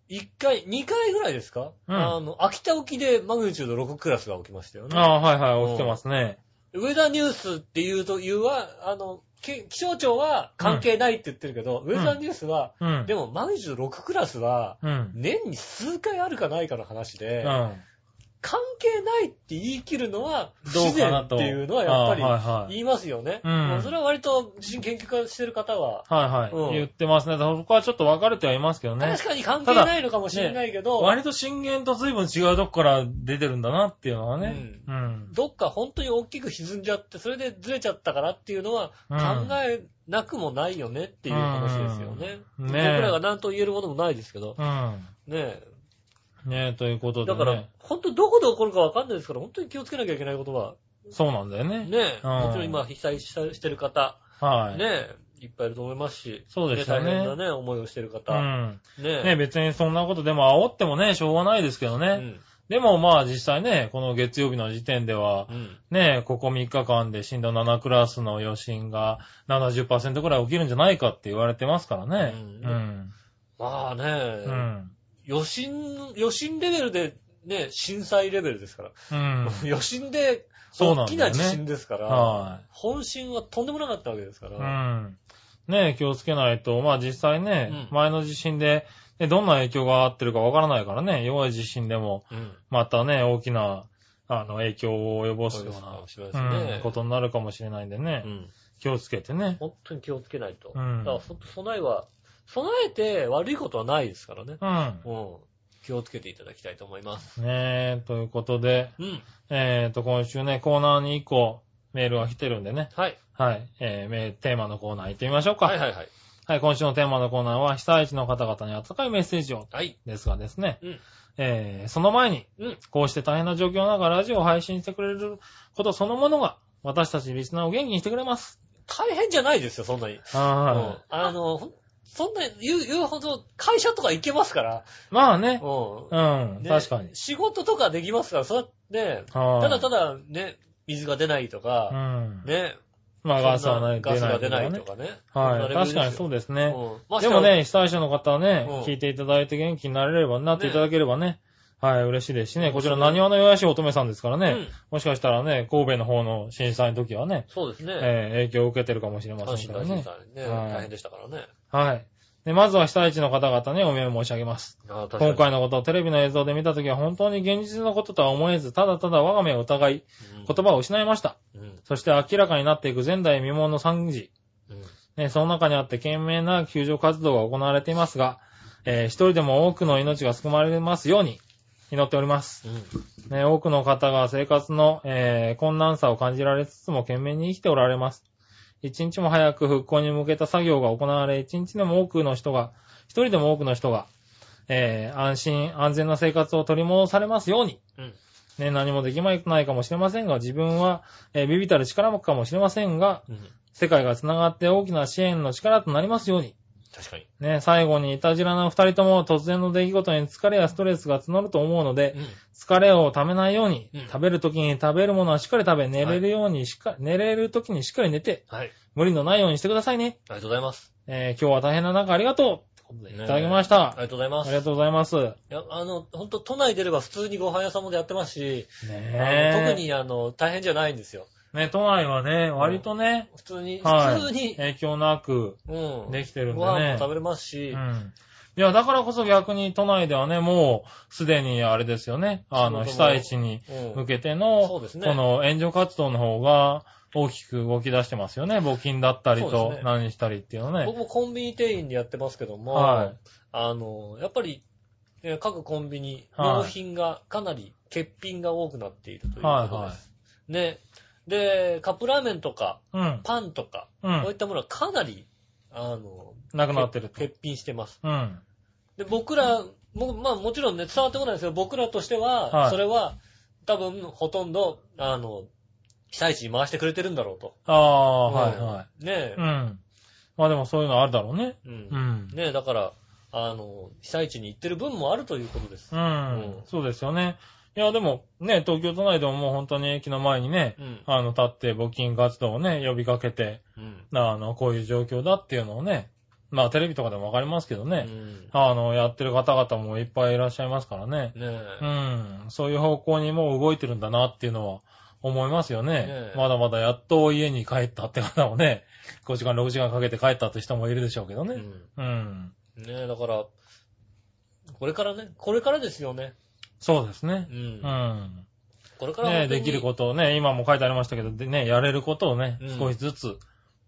Speaker 2: 一回、二回ぐらいですか、
Speaker 3: うん
Speaker 2: あの、秋田沖でマグニチュード6クラスが起きましたよね。
Speaker 3: ああ、はいはい、起きてますね。
Speaker 2: ウェザーニュースっていうと、いうは、あの、け気象庁は関係ないって言ってるけど、ウェザーニュースは、
Speaker 3: うん。
Speaker 2: でもマグニチュード6クラスは、
Speaker 3: うん。
Speaker 2: 年に数回あるかないかの話
Speaker 3: う
Speaker 2: で、
Speaker 3: ん。
Speaker 2: 関係ないって言い切るのは、不
Speaker 3: ど
Speaker 2: 自
Speaker 3: うか
Speaker 2: 然
Speaker 3: な
Speaker 2: って
Speaker 3: と。
Speaker 2: いうのはやっぱり
Speaker 3: ああはいはい。
Speaker 2: 言いますよね。
Speaker 3: うん
Speaker 2: まあそれは割と地震研究家してる方は、
Speaker 3: はいはい。
Speaker 2: うん
Speaker 3: 言ってますね。僕はちょっと分かれてはいますけどね。
Speaker 2: 確かに関係ないのかもしれないけど、
Speaker 3: 割と震源と随分違うとこから出てるんだなっていうのはね。うん。
Speaker 2: どっか本当に大きく沈んじゃって、それでずれちゃったからっていうのは
Speaker 3: うん
Speaker 2: 考えなくもないよねっていう話ですよね。
Speaker 3: うんねえ
Speaker 2: 僕らが何と言えることもないですけど。
Speaker 3: う
Speaker 2: ね
Speaker 3: ん。ねえ、ということ
Speaker 2: え。
Speaker 3: で、
Speaker 2: だ
Speaker 3: ね。
Speaker 2: から、本当どこで起こるかわかんないですから、本当に気をつけなきゃいけないことは、
Speaker 3: そうなんだよね。
Speaker 2: ねえ、
Speaker 3: うん
Speaker 2: もちろん今被災したしてる方、
Speaker 3: はい。
Speaker 2: ねえ、いっぱいいると思いますし、
Speaker 3: そうですよね
Speaker 2: 大変なね、思いをしてる
Speaker 3: う
Speaker 2: 方、
Speaker 3: ん。
Speaker 2: ね
Speaker 3: ねえ別にそんなことでも煽ってもね、しょうがないですけどね。
Speaker 2: え、うん、
Speaker 3: でもまあ実際ね、この月曜日の時点では
Speaker 2: う、ん。
Speaker 3: ねえ、ここ3日間で震度7クラスの余震が70%くらい起きるんじゃないかって言われてますからね。
Speaker 2: う
Speaker 3: うん。
Speaker 2: まあね
Speaker 3: う
Speaker 2: え、
Speaker 3: ん。
Speaker 2: 余震、余震レベルで、ね、震災レベルですから。
Speaker 3: うん。
Speaker 2: 余震で、
Speaker 3: そうな
Speaker 2: 大
Speaker 3: ん
Speaker 2: き
Speaker 3: だ
Speaker 2: な
Speaker 3: よね
Speaker 2: 地震ですから、
Speaker 3: はい。
Speaker 2: 本震はとんでもなかったわけですか
Speaker 3: う
Speaker 2: ら、
Speaker 3: ん。ねえ、気をつけないと、まあ実際ね、
Speaker 2: うん
Speaker 3: 前の地震で、ね、どんな影響があってるかわからないからね、弱い地震でも、
Speaker 2: うん。
Speaker 3: またね、大きな、あの、影響を及ぼ
Speaker 2: そう
Speaker 3: す
Speaker 2: い
Speaker 3: よ
Speaker 2: うこ
Speaker 3: う
Speaker 2: とか
Speaker 3: な
Speaker 2: も、しれないですね
Speaker 3: うん、ことになるかもしれないんでね、
Speaker 2: うん
Speaker 3: 気をつけてね。
Speaker 2: 本当に気をつけないと。
Speaker 3: う
Speaker 2: だ
Speaker 3: ん
Speaker 2: から、そ備えは、備えて悪いことはないですからね。
Speaker 3: うん。
Speaker 2: うん。気をつけていただきたいと思います。
Speaker 3: ねえ、ということで、
Speaker 2: うん。
Speaker 3: えっ、と、今週ね、コーナーに1個メールが来てるんでね、
Speaker 2: はい。
Speaker 3: はい、えーメーテーマのコーナー行ってみましょうか。
Speaker 2: はいはいはい。
Speaker 3: はい、今週のテーマのコーナーは、被災地の方々に温かいメッセージを
Speaker 2: はい。
Speaker 3: ですがですね、
Speaker 2: うん
Speaker 3: えーその前に、
Speaker 2: うん
Speaker 3: こうして大変な状況の中、ラジオを配信してくれることそのものが、私たちリスナーを元気にしてくれます。
Speaker 2: 大変じゃないですよ、そんなに。うん
Speaker 3: は
Speaker 2: あの、ほんそんな言う、言うほど、会社とか行けますから。
Speaker 3: い。まあ
Speaker 2: う
Speaker 3: ね、
Speaker 2: ん
Speaker 3: うん、
Speaker 2: ね
Speaker 3: 確かに。
Speaker 2: 仕事とかできますから、そうやって、
Speaker 3: はい
Speaker 2: ただただね、水が出ないと
Speaker 3: う
Speaker 2: か、
Speaker 3: ん。
Speaker 2: ね、
Speaker 3: まあガスはない、
Speaker 2: ガスが出ない
Speaker 3: ね
Speaker 2: とかね。
Speaker 3: はい。確かにそう
Speaker 2: う
Speaker 3: です
Speaker 2: で
Speaker 3: ね。
Speaker 2: うんまあ
Speaker 3: でもね、被災者の方はね
Speaker 2: うん、
Speaker 3: 聞いていただいて元気になれれば、なっていただければね、はい、嬉しいですしね。こちら、何話の弱し乙女さんですから
Speaker 2: う
Speaker 3: ね、
Speaker 2: ん。
Speaker 3: もしかしたらね、神戸の方の震災の時はね、
Speaker 2: そうですね。
Speaker 3: えー影響を受けてるかもしれま
Speaker 2: 阪
Speaker 3: せ
Speaker 2: 神
Speaker 3: んか
Speaker 2: 大
Speaker 3: ら
Speaker 2: 震
Speaker 3: ね。
Speaker 2: 災ね、
Speaker 3: はい
Speaker 2: 大変でしたからね。
Speaker 3: はい。で、まずは被災地の方々にお見舞い申し上げます。
Speaker 2: あー確かに
Speaker 3: 今回のことをテレビの映像で見たときは本当に現実のこととは思えず、ただただ我が目を疑い、
Speaker 2: うん
Speaker 3: 言葉を失いました。
Speaker 2: うん
Speaker 3: そして明らかになっていく前代未聞の惨事。
Speaker 2: うん
Speaker 3: ね、その中にあって懸命な救助活動が行われていますが、えー一人でも多くの命が救われますように祈っております。
Speaker 2: うん
Speaker 3: ね、多くの方が生活の、えー困難さを感じられつつも懸命に生きておられます。一日も早く復興に向けた作業が行われ、一日でも多くの人が、一人でも多くの人が、えー安心、安全な生活を取り戻されますように。
Speaker 2: うん
Speaker 3: ね、何もできまいないかもしれませんが、自分は、えービビたる力もかもしれませんが、
Speaker 2: うん
Speaker 3: 世界が繋がって大きな支援の力となりますように。
Speaker 2: 確かに。
Speaker 3: ね、最後にいたじらな二人とも突然の出来事に疲れやストレスが募ると思うので、疲れをためないように、
Speaker 2: うん
Speaker 3: 食べるときに食べるものはしっかり食べ、寝れるようにしっかり、寝れるときにしっかり寝て、
Speaker 2: はい。
Speaker 3: 無理のないようにしてくださいね。
Speaker 2: ありがとうございます。
Speaker 3: えー今日は大変な中ありがとうってことでい
Speaker 2: ねえ
Speaker 3: ただきまし
Speaker 2: あ
Speaker 3: た。
Speaker 2: りがとうございま
Speaker 3: あ
Speaker 2: す。
Speaker 3: り
Speaker 2: い
Speaker 3: がとうございます。ね
Speaker 2: や、あの、ほんと、都内出れば普通にご飯屋さんもでやってますし、あの
Speaker 3: え。
Speaker 2: 特。に、あの、大変じゃないんですよ。
Speaker 3: ね、都内はね、割とね、
Speaker 2: 普通に、
Speaker 3: はい
Speaker 2: 普通に、
Speaker 3: 影響なく
Speaker 2: うん。
Speaker 3: できてるんで
Speaker 2: ご飯も
Speaker 3: ね。
Speaker 2: 食べれますし、
Speaker 3: うん。いや、だからこそ逆に都内ではね、もう、すでにあれですよね。あの、被
Speaker 2: 仕事も
Speaker 3: 災地に
Speaker 2: うん
Speaker 3: 向けての、
Speaker 2: そうですね
Speaker 3: この援助活動の方が大きく動き出してますよね。募金だったり
Speaker 2: そうで
Speaker 3: と
Speaker 2: すね、
Speaker 3: 何したりっていうのね。
Speaker 2: 僕もコンビニ店員でやってますけども、
Speaker 3: はい
Speaker 2: あの、やっぱり、えー各コンビニ、
Speaker 3: はい
Speaker 2: 納品がかなり欠品が多くなっているという
Speaker 3: はい
Speaker 2: ことで
Speaker 3: は
Speaker 2: す。ね。で、カップラーメンとか、
Speaker 3: い。うん。
Speaker 2: パンとか、
Speaker 3: う
Speaker 2: こうい
Speaker 3: ん。
Speaker 2: ったものはかなり、あの、
Speaker 3: なくなってると。
Speaker 2: 欠品してます。
Speaker 3: うん。
Speaker 2: で、僕ら、も、まあもちろんね、伝わってこないですけど、僕らとしては、
Speaker 3: はい
Speaker 2: それは、多分、ほとんど、あの、被災地に回してくれてるんだろうと。
Speaker 3: ああ、はいは
Speaker 2: うんね
Speaker 3: い。うん。まあでもそういうのあるだろうね。
Speaker 2: え。う。
Speaker 3: うんん。
Speaker 2: ねえ、だから、あの、被災地に行ってる分もあるということです。
Speaker 3: う
Speaker 2: うん
Speaker 3: ん。そうですよね。いや、でも、ね、東京都内でももう本当に駅の前にね、
Speaker 2: うん。
Speaker 3: あの、立って募金活動をね、呼びかけて、
Speaker 2: うん。
Speaker 3: あの、こういう状況だっていうのをね、まあテレビとかでもわかりますけど
Speaker 2: う
Speaker 3: ね、
Speaker 2: ん。
Speaker 3: あの、やってる方々もいっぱいいらっしゃいますからね。
Speaker 2: ね
Speaker 3: う
Speaker 2: え。
Speaker 3: ん、そういう方向にもう動いてるんだなっていうのは思いますよね。
Speaker 2: ええ
Speaker 3: まだまだやっと家に帰ったって方もね、5時間、6時間かけて帰ったって人もいるでしょうけど
Speaker 2: うん。
Speaker 3: ね。うん、
Speaker 2: ねえ、だから、これからね、これからですよね。
Speaker 3: そうですね
Speaker 2: う。。
Speaker 3: うんん。
Speaker 2: これから
Speaker 3: ね
Speaker 2: 本当
Speaker 3: で
Speaker 2: に
Speaker 3: きることをね、今も書いてありましたけど、でね、やれることをね、
Speaker 2: うん
Speaker 3: 少しずつ。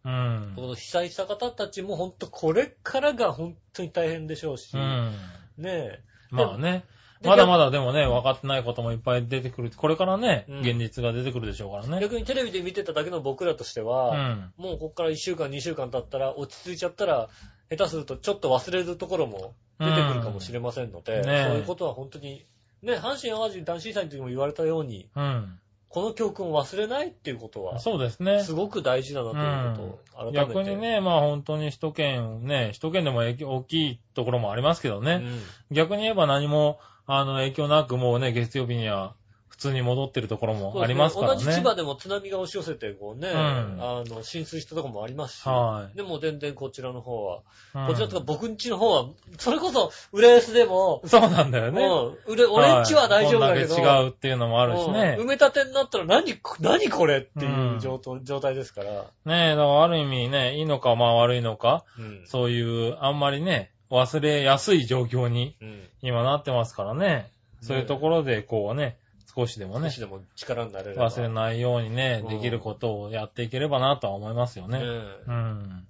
Speaker 3: うん。
Speaker 2: この被災した方たちも本当これからが本当に大変でしょうし、
Speaker 3: うん。
Speaker 2: ね
Speaker 3: まあね。
Speaker 2: で
Speaker 3: まだまだでもね、分かってないこともいっぱい出てくる。これからね、
Speaker 2: うん
Speaker 3: 現実が出てくるでしょうから
Speaker 2: え、
Speaker 3: ね。
Speaker 2: 逆にテレビで見てただけの僕らとして
Speaker 3: う
Speaker 2: は、
Speaker 3: ん。
Speaker 2: もうここから1週間、2週間経ったら、落ち着いちゃったら、下手するとちょっと忘れるところも出てくるかもしれませんので、
Speaker 3: うんねえ
Speaker 2: そういうことは本当に、ね、阪神・淡路大震災の時も言われたように、
Speaker 3: うん。
Speaker 2: この教訓を忘れないっていうことは、
Speaker 3: そうですね。
Speaker 2: すごく大事だなということを改めて。
Speaker 3: 逆にね、まあ本当に首都圏、ね、首都圏でも影響大きいところもありますけど
Speaker 2: う
Speaker 3: ね、
Speaker 2: ん、
Speaker 3: 逆に言えば何も、あの、影響なくもうね、月曜日には普通に戻ってるところもありますからね。
Speaker 2: そうですね同じ千葉でも津波が押し寄せて、こうね、
Speaker 3: うん
Speaker 2: あの、浸水したとこもありますし、
Speaker 3: はい
Speaker 2: でも全然こちらの方は、
Speaker 3: うん
Speaker 2: こちらとか僕んちの方は、それこそ、浦安でも、
Speaker 3: そうなんだよね。
Speaker 2: うん、うれ俺んちは大丈夫だけど、
Speaker 3: はいこんだけ違うっていうのもあるしね
Speaker 2: うん。埋め立てになったら何、何これっていう状,、状態ですから、
Speaker 3: ねえ、だからある意味ね、いいのかまあ悪いのか、
Speaker 2: うん
Speaker 3: そういう、あんまりね、忘れやすい状況に
Speaker 2: うん
Speaker 3: 今なってますからね。そういうところでこうね、少しでも
Speaker 2: 少
Speaker 3: ね
Speaker 2: し、でも力になれれば。
Speaker 3: 忘れないようにね
Speaker 2: うん、
Speaker 3: できることをやっていければなとは思いますよ
Speaker 2: ね
Speaker 3: ね。
Speaker 2: え
Speaker 3: うん。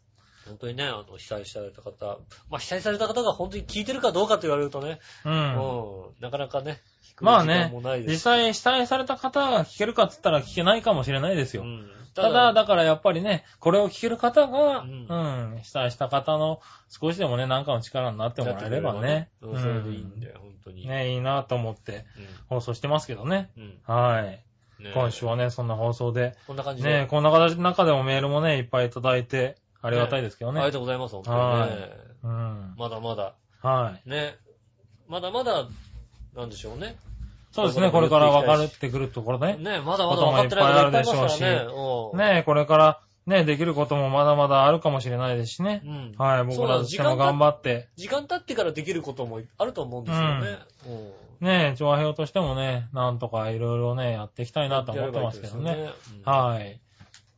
Speaker 2: 本当にね、あの、被災された方、まあ、被災された方が本当に聞いてるかどうかと言われるとね、
Speaker 3: う。
Speaker 2: うんん、なかなかね、聞く時
Speaker 3: まあ
Speaker 2: 間
Speaker 3: ね
Speaker 2: もないで
Speaker 3: 実
Speaker 2: すし
Speaker 3: 際、被災された方が聞けるかっつったら聞けないかもしれないですよ
Speaker 2: う。ん
Speaker 3: ただ、だからやっぱりね、これを聞ける方が、
Speaker 2: う
Speaker 3: うんん、被災した方の少しでもね、なんかの力になってもらえればね。
Speaker 2: う
Speaker 3: うん
Speaker 2: それでいいん
Speaker 3: ん。
Speaker 2: だよ、本当に。
Speaker 3: ね、いいなと思って放送してますけどね。
Speaker 2: うん。うん。
Speaker 3: はい。
Speaker 2: ね
Speaker 3: 今週はね、そんな放送で。
Speaker 2: こんな感じで。
Speaker 3: ね、こんな形の中でもメールもね、いっぱいいただいて、ありがたいですけど
Speaker 2: ありが
Speaker 3: ね。
Speaker 2: とうございます、本当にね。
Speaker 3: うん。
Speaker 2: まだまだ、
Speaker 3: はい。
Speaker 2: ね。まだまだ、なんでしょうね。
Speaker 3: そうですね、これから分かるってくるところね。
Speaker 2: ね、まだまだ分かってないことがいっぱいありますからね。
Speaker 3: ねえ、これから、ね、できることもまだまだあるかもしれないですしね
Speaker 2: う。ん。
Speaker 3: はい、僕らとしても頑張って、
Speaker 2: 時間経ってからできることもあると思うんですよね。うん。
Speaker 3: ね、調和表としてもね、なんとかいろいろね、やっていきたいなと思ってますけど
Speaker 2: やればい
Speaker 3: ね。
Speaker 2: いですよね。うん
Speaker 3: はい。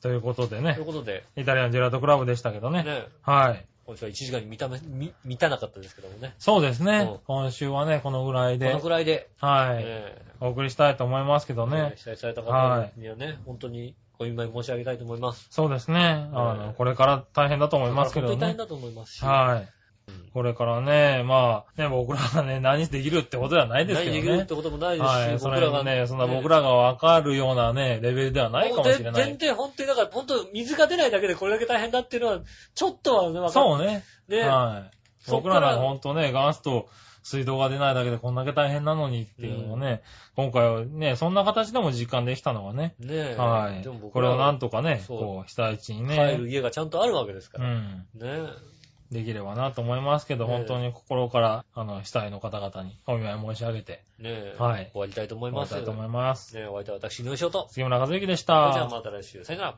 Speaker 3: ということで
Speaker 2: とい
Speaker 3: ね
Speaker 2: う、ことで、
Speaker 3: イタリアンジェラートクラブでしたけどね。
Speaker 2: ね、
Speaker 3: はい。
Speaker 2: 今週は1時間に満ため、み満たなかったですけどもね。
Speaker 3: そうです
Speaker 2: う
Speaker 3: ね
Speaker 2: ん。
Speaker 3: 今週はね、このぐらい
Speaker 2: こ
Speaker 3: で
Speaker 2: の、くらいで、
Speaker 3: はい。
Speaker 2: ね、
Speaker 3: お送りしたいと思いますけどね
Speaker 2: ね、。被災された方にはね、本当にご見舞い申し上げたいと思います。
Speaker 3: そうですね。あ
Speaker 2: う
Speaker 3: の、
Speaker 2: ん
Speaker 3: これから大変だと思いますけど
Speaker 2: 本当に大変
Speaker 3: ね。
Speaker 2: だと思いますし。
Speaker 3: はい
Speaker 2: うん。
Speaker 3: これからね、まあ、ね、僕らがね、 何できるってことではないですけ
Speaker 2: 何でき
Speaker 3: ど
Speaker 2: るっ
Speaker 3: ね
Speaker 2: て。こともないですし、
Speaker 3: はい。そ
Speaker 2: 僕ら
Speaker 3: れ
Speaker 2: が
Speaker 3: がね、そんな僕らがわかるようなね、レベルではないかもしれな
Speaker 2: 全
Speaker 3: い。
Speaker 2: 然本当に、だから本当水が出ないだけでこれだけ大変だっていうのは、ちょっとはね、分か
Speaker 3: そうね。
Speaker 2: うね。
Speaker 3: はい。
Speaker 2: そっ
Speaker 3: 僕
Speaker 2: からら
Speaker 3: なんかほんとね、ガスと水道が出ないだけでこんだけ大変なのにっていうのをね、今回はね、そんな形でも実感できたのはね、
Speaker 2: ねえ。
Speaker 3: はい
Speaker 2: でも。僕
Speaker 3: これ
Speaker 2: ら
Speaker 3: をな
Speaker 2: は
Speaker 3: んとかね、
Speaker 2: そう
Speaker 3: こう、被災地に
Speaker 2: 帰る
Speaker 3: ね、
Speaker 2: 家がちゃんとあるわけですか
Speaker 3: う
Speaker 2: ら。
Speaker 3: ん、
Speaker 2: ね
Speaker 3: できればなと思いますけど、
Speaker 2: ねえ
Speaker 3: 本当に心から、あの、被災の方々にお見舞い申し上げて、
Speaker 2: え。ねえ。
Speaker 3: はい
Speaker 2: 終わりたいと思い
Speaker 3: 終わ
Speaker 2: ま
Speaker 3: り
Speaker 2: す。
Speaker 3: たいと思
Speaker 2: ね
Speaker 3: います。
Speaker 2: え、お相手は私、井上翔と。
Speaker 3: 杉村和之でし
Speaker 2: それじゃあ
Speaker 3: た。
Speaker 2: また来週。さよなら。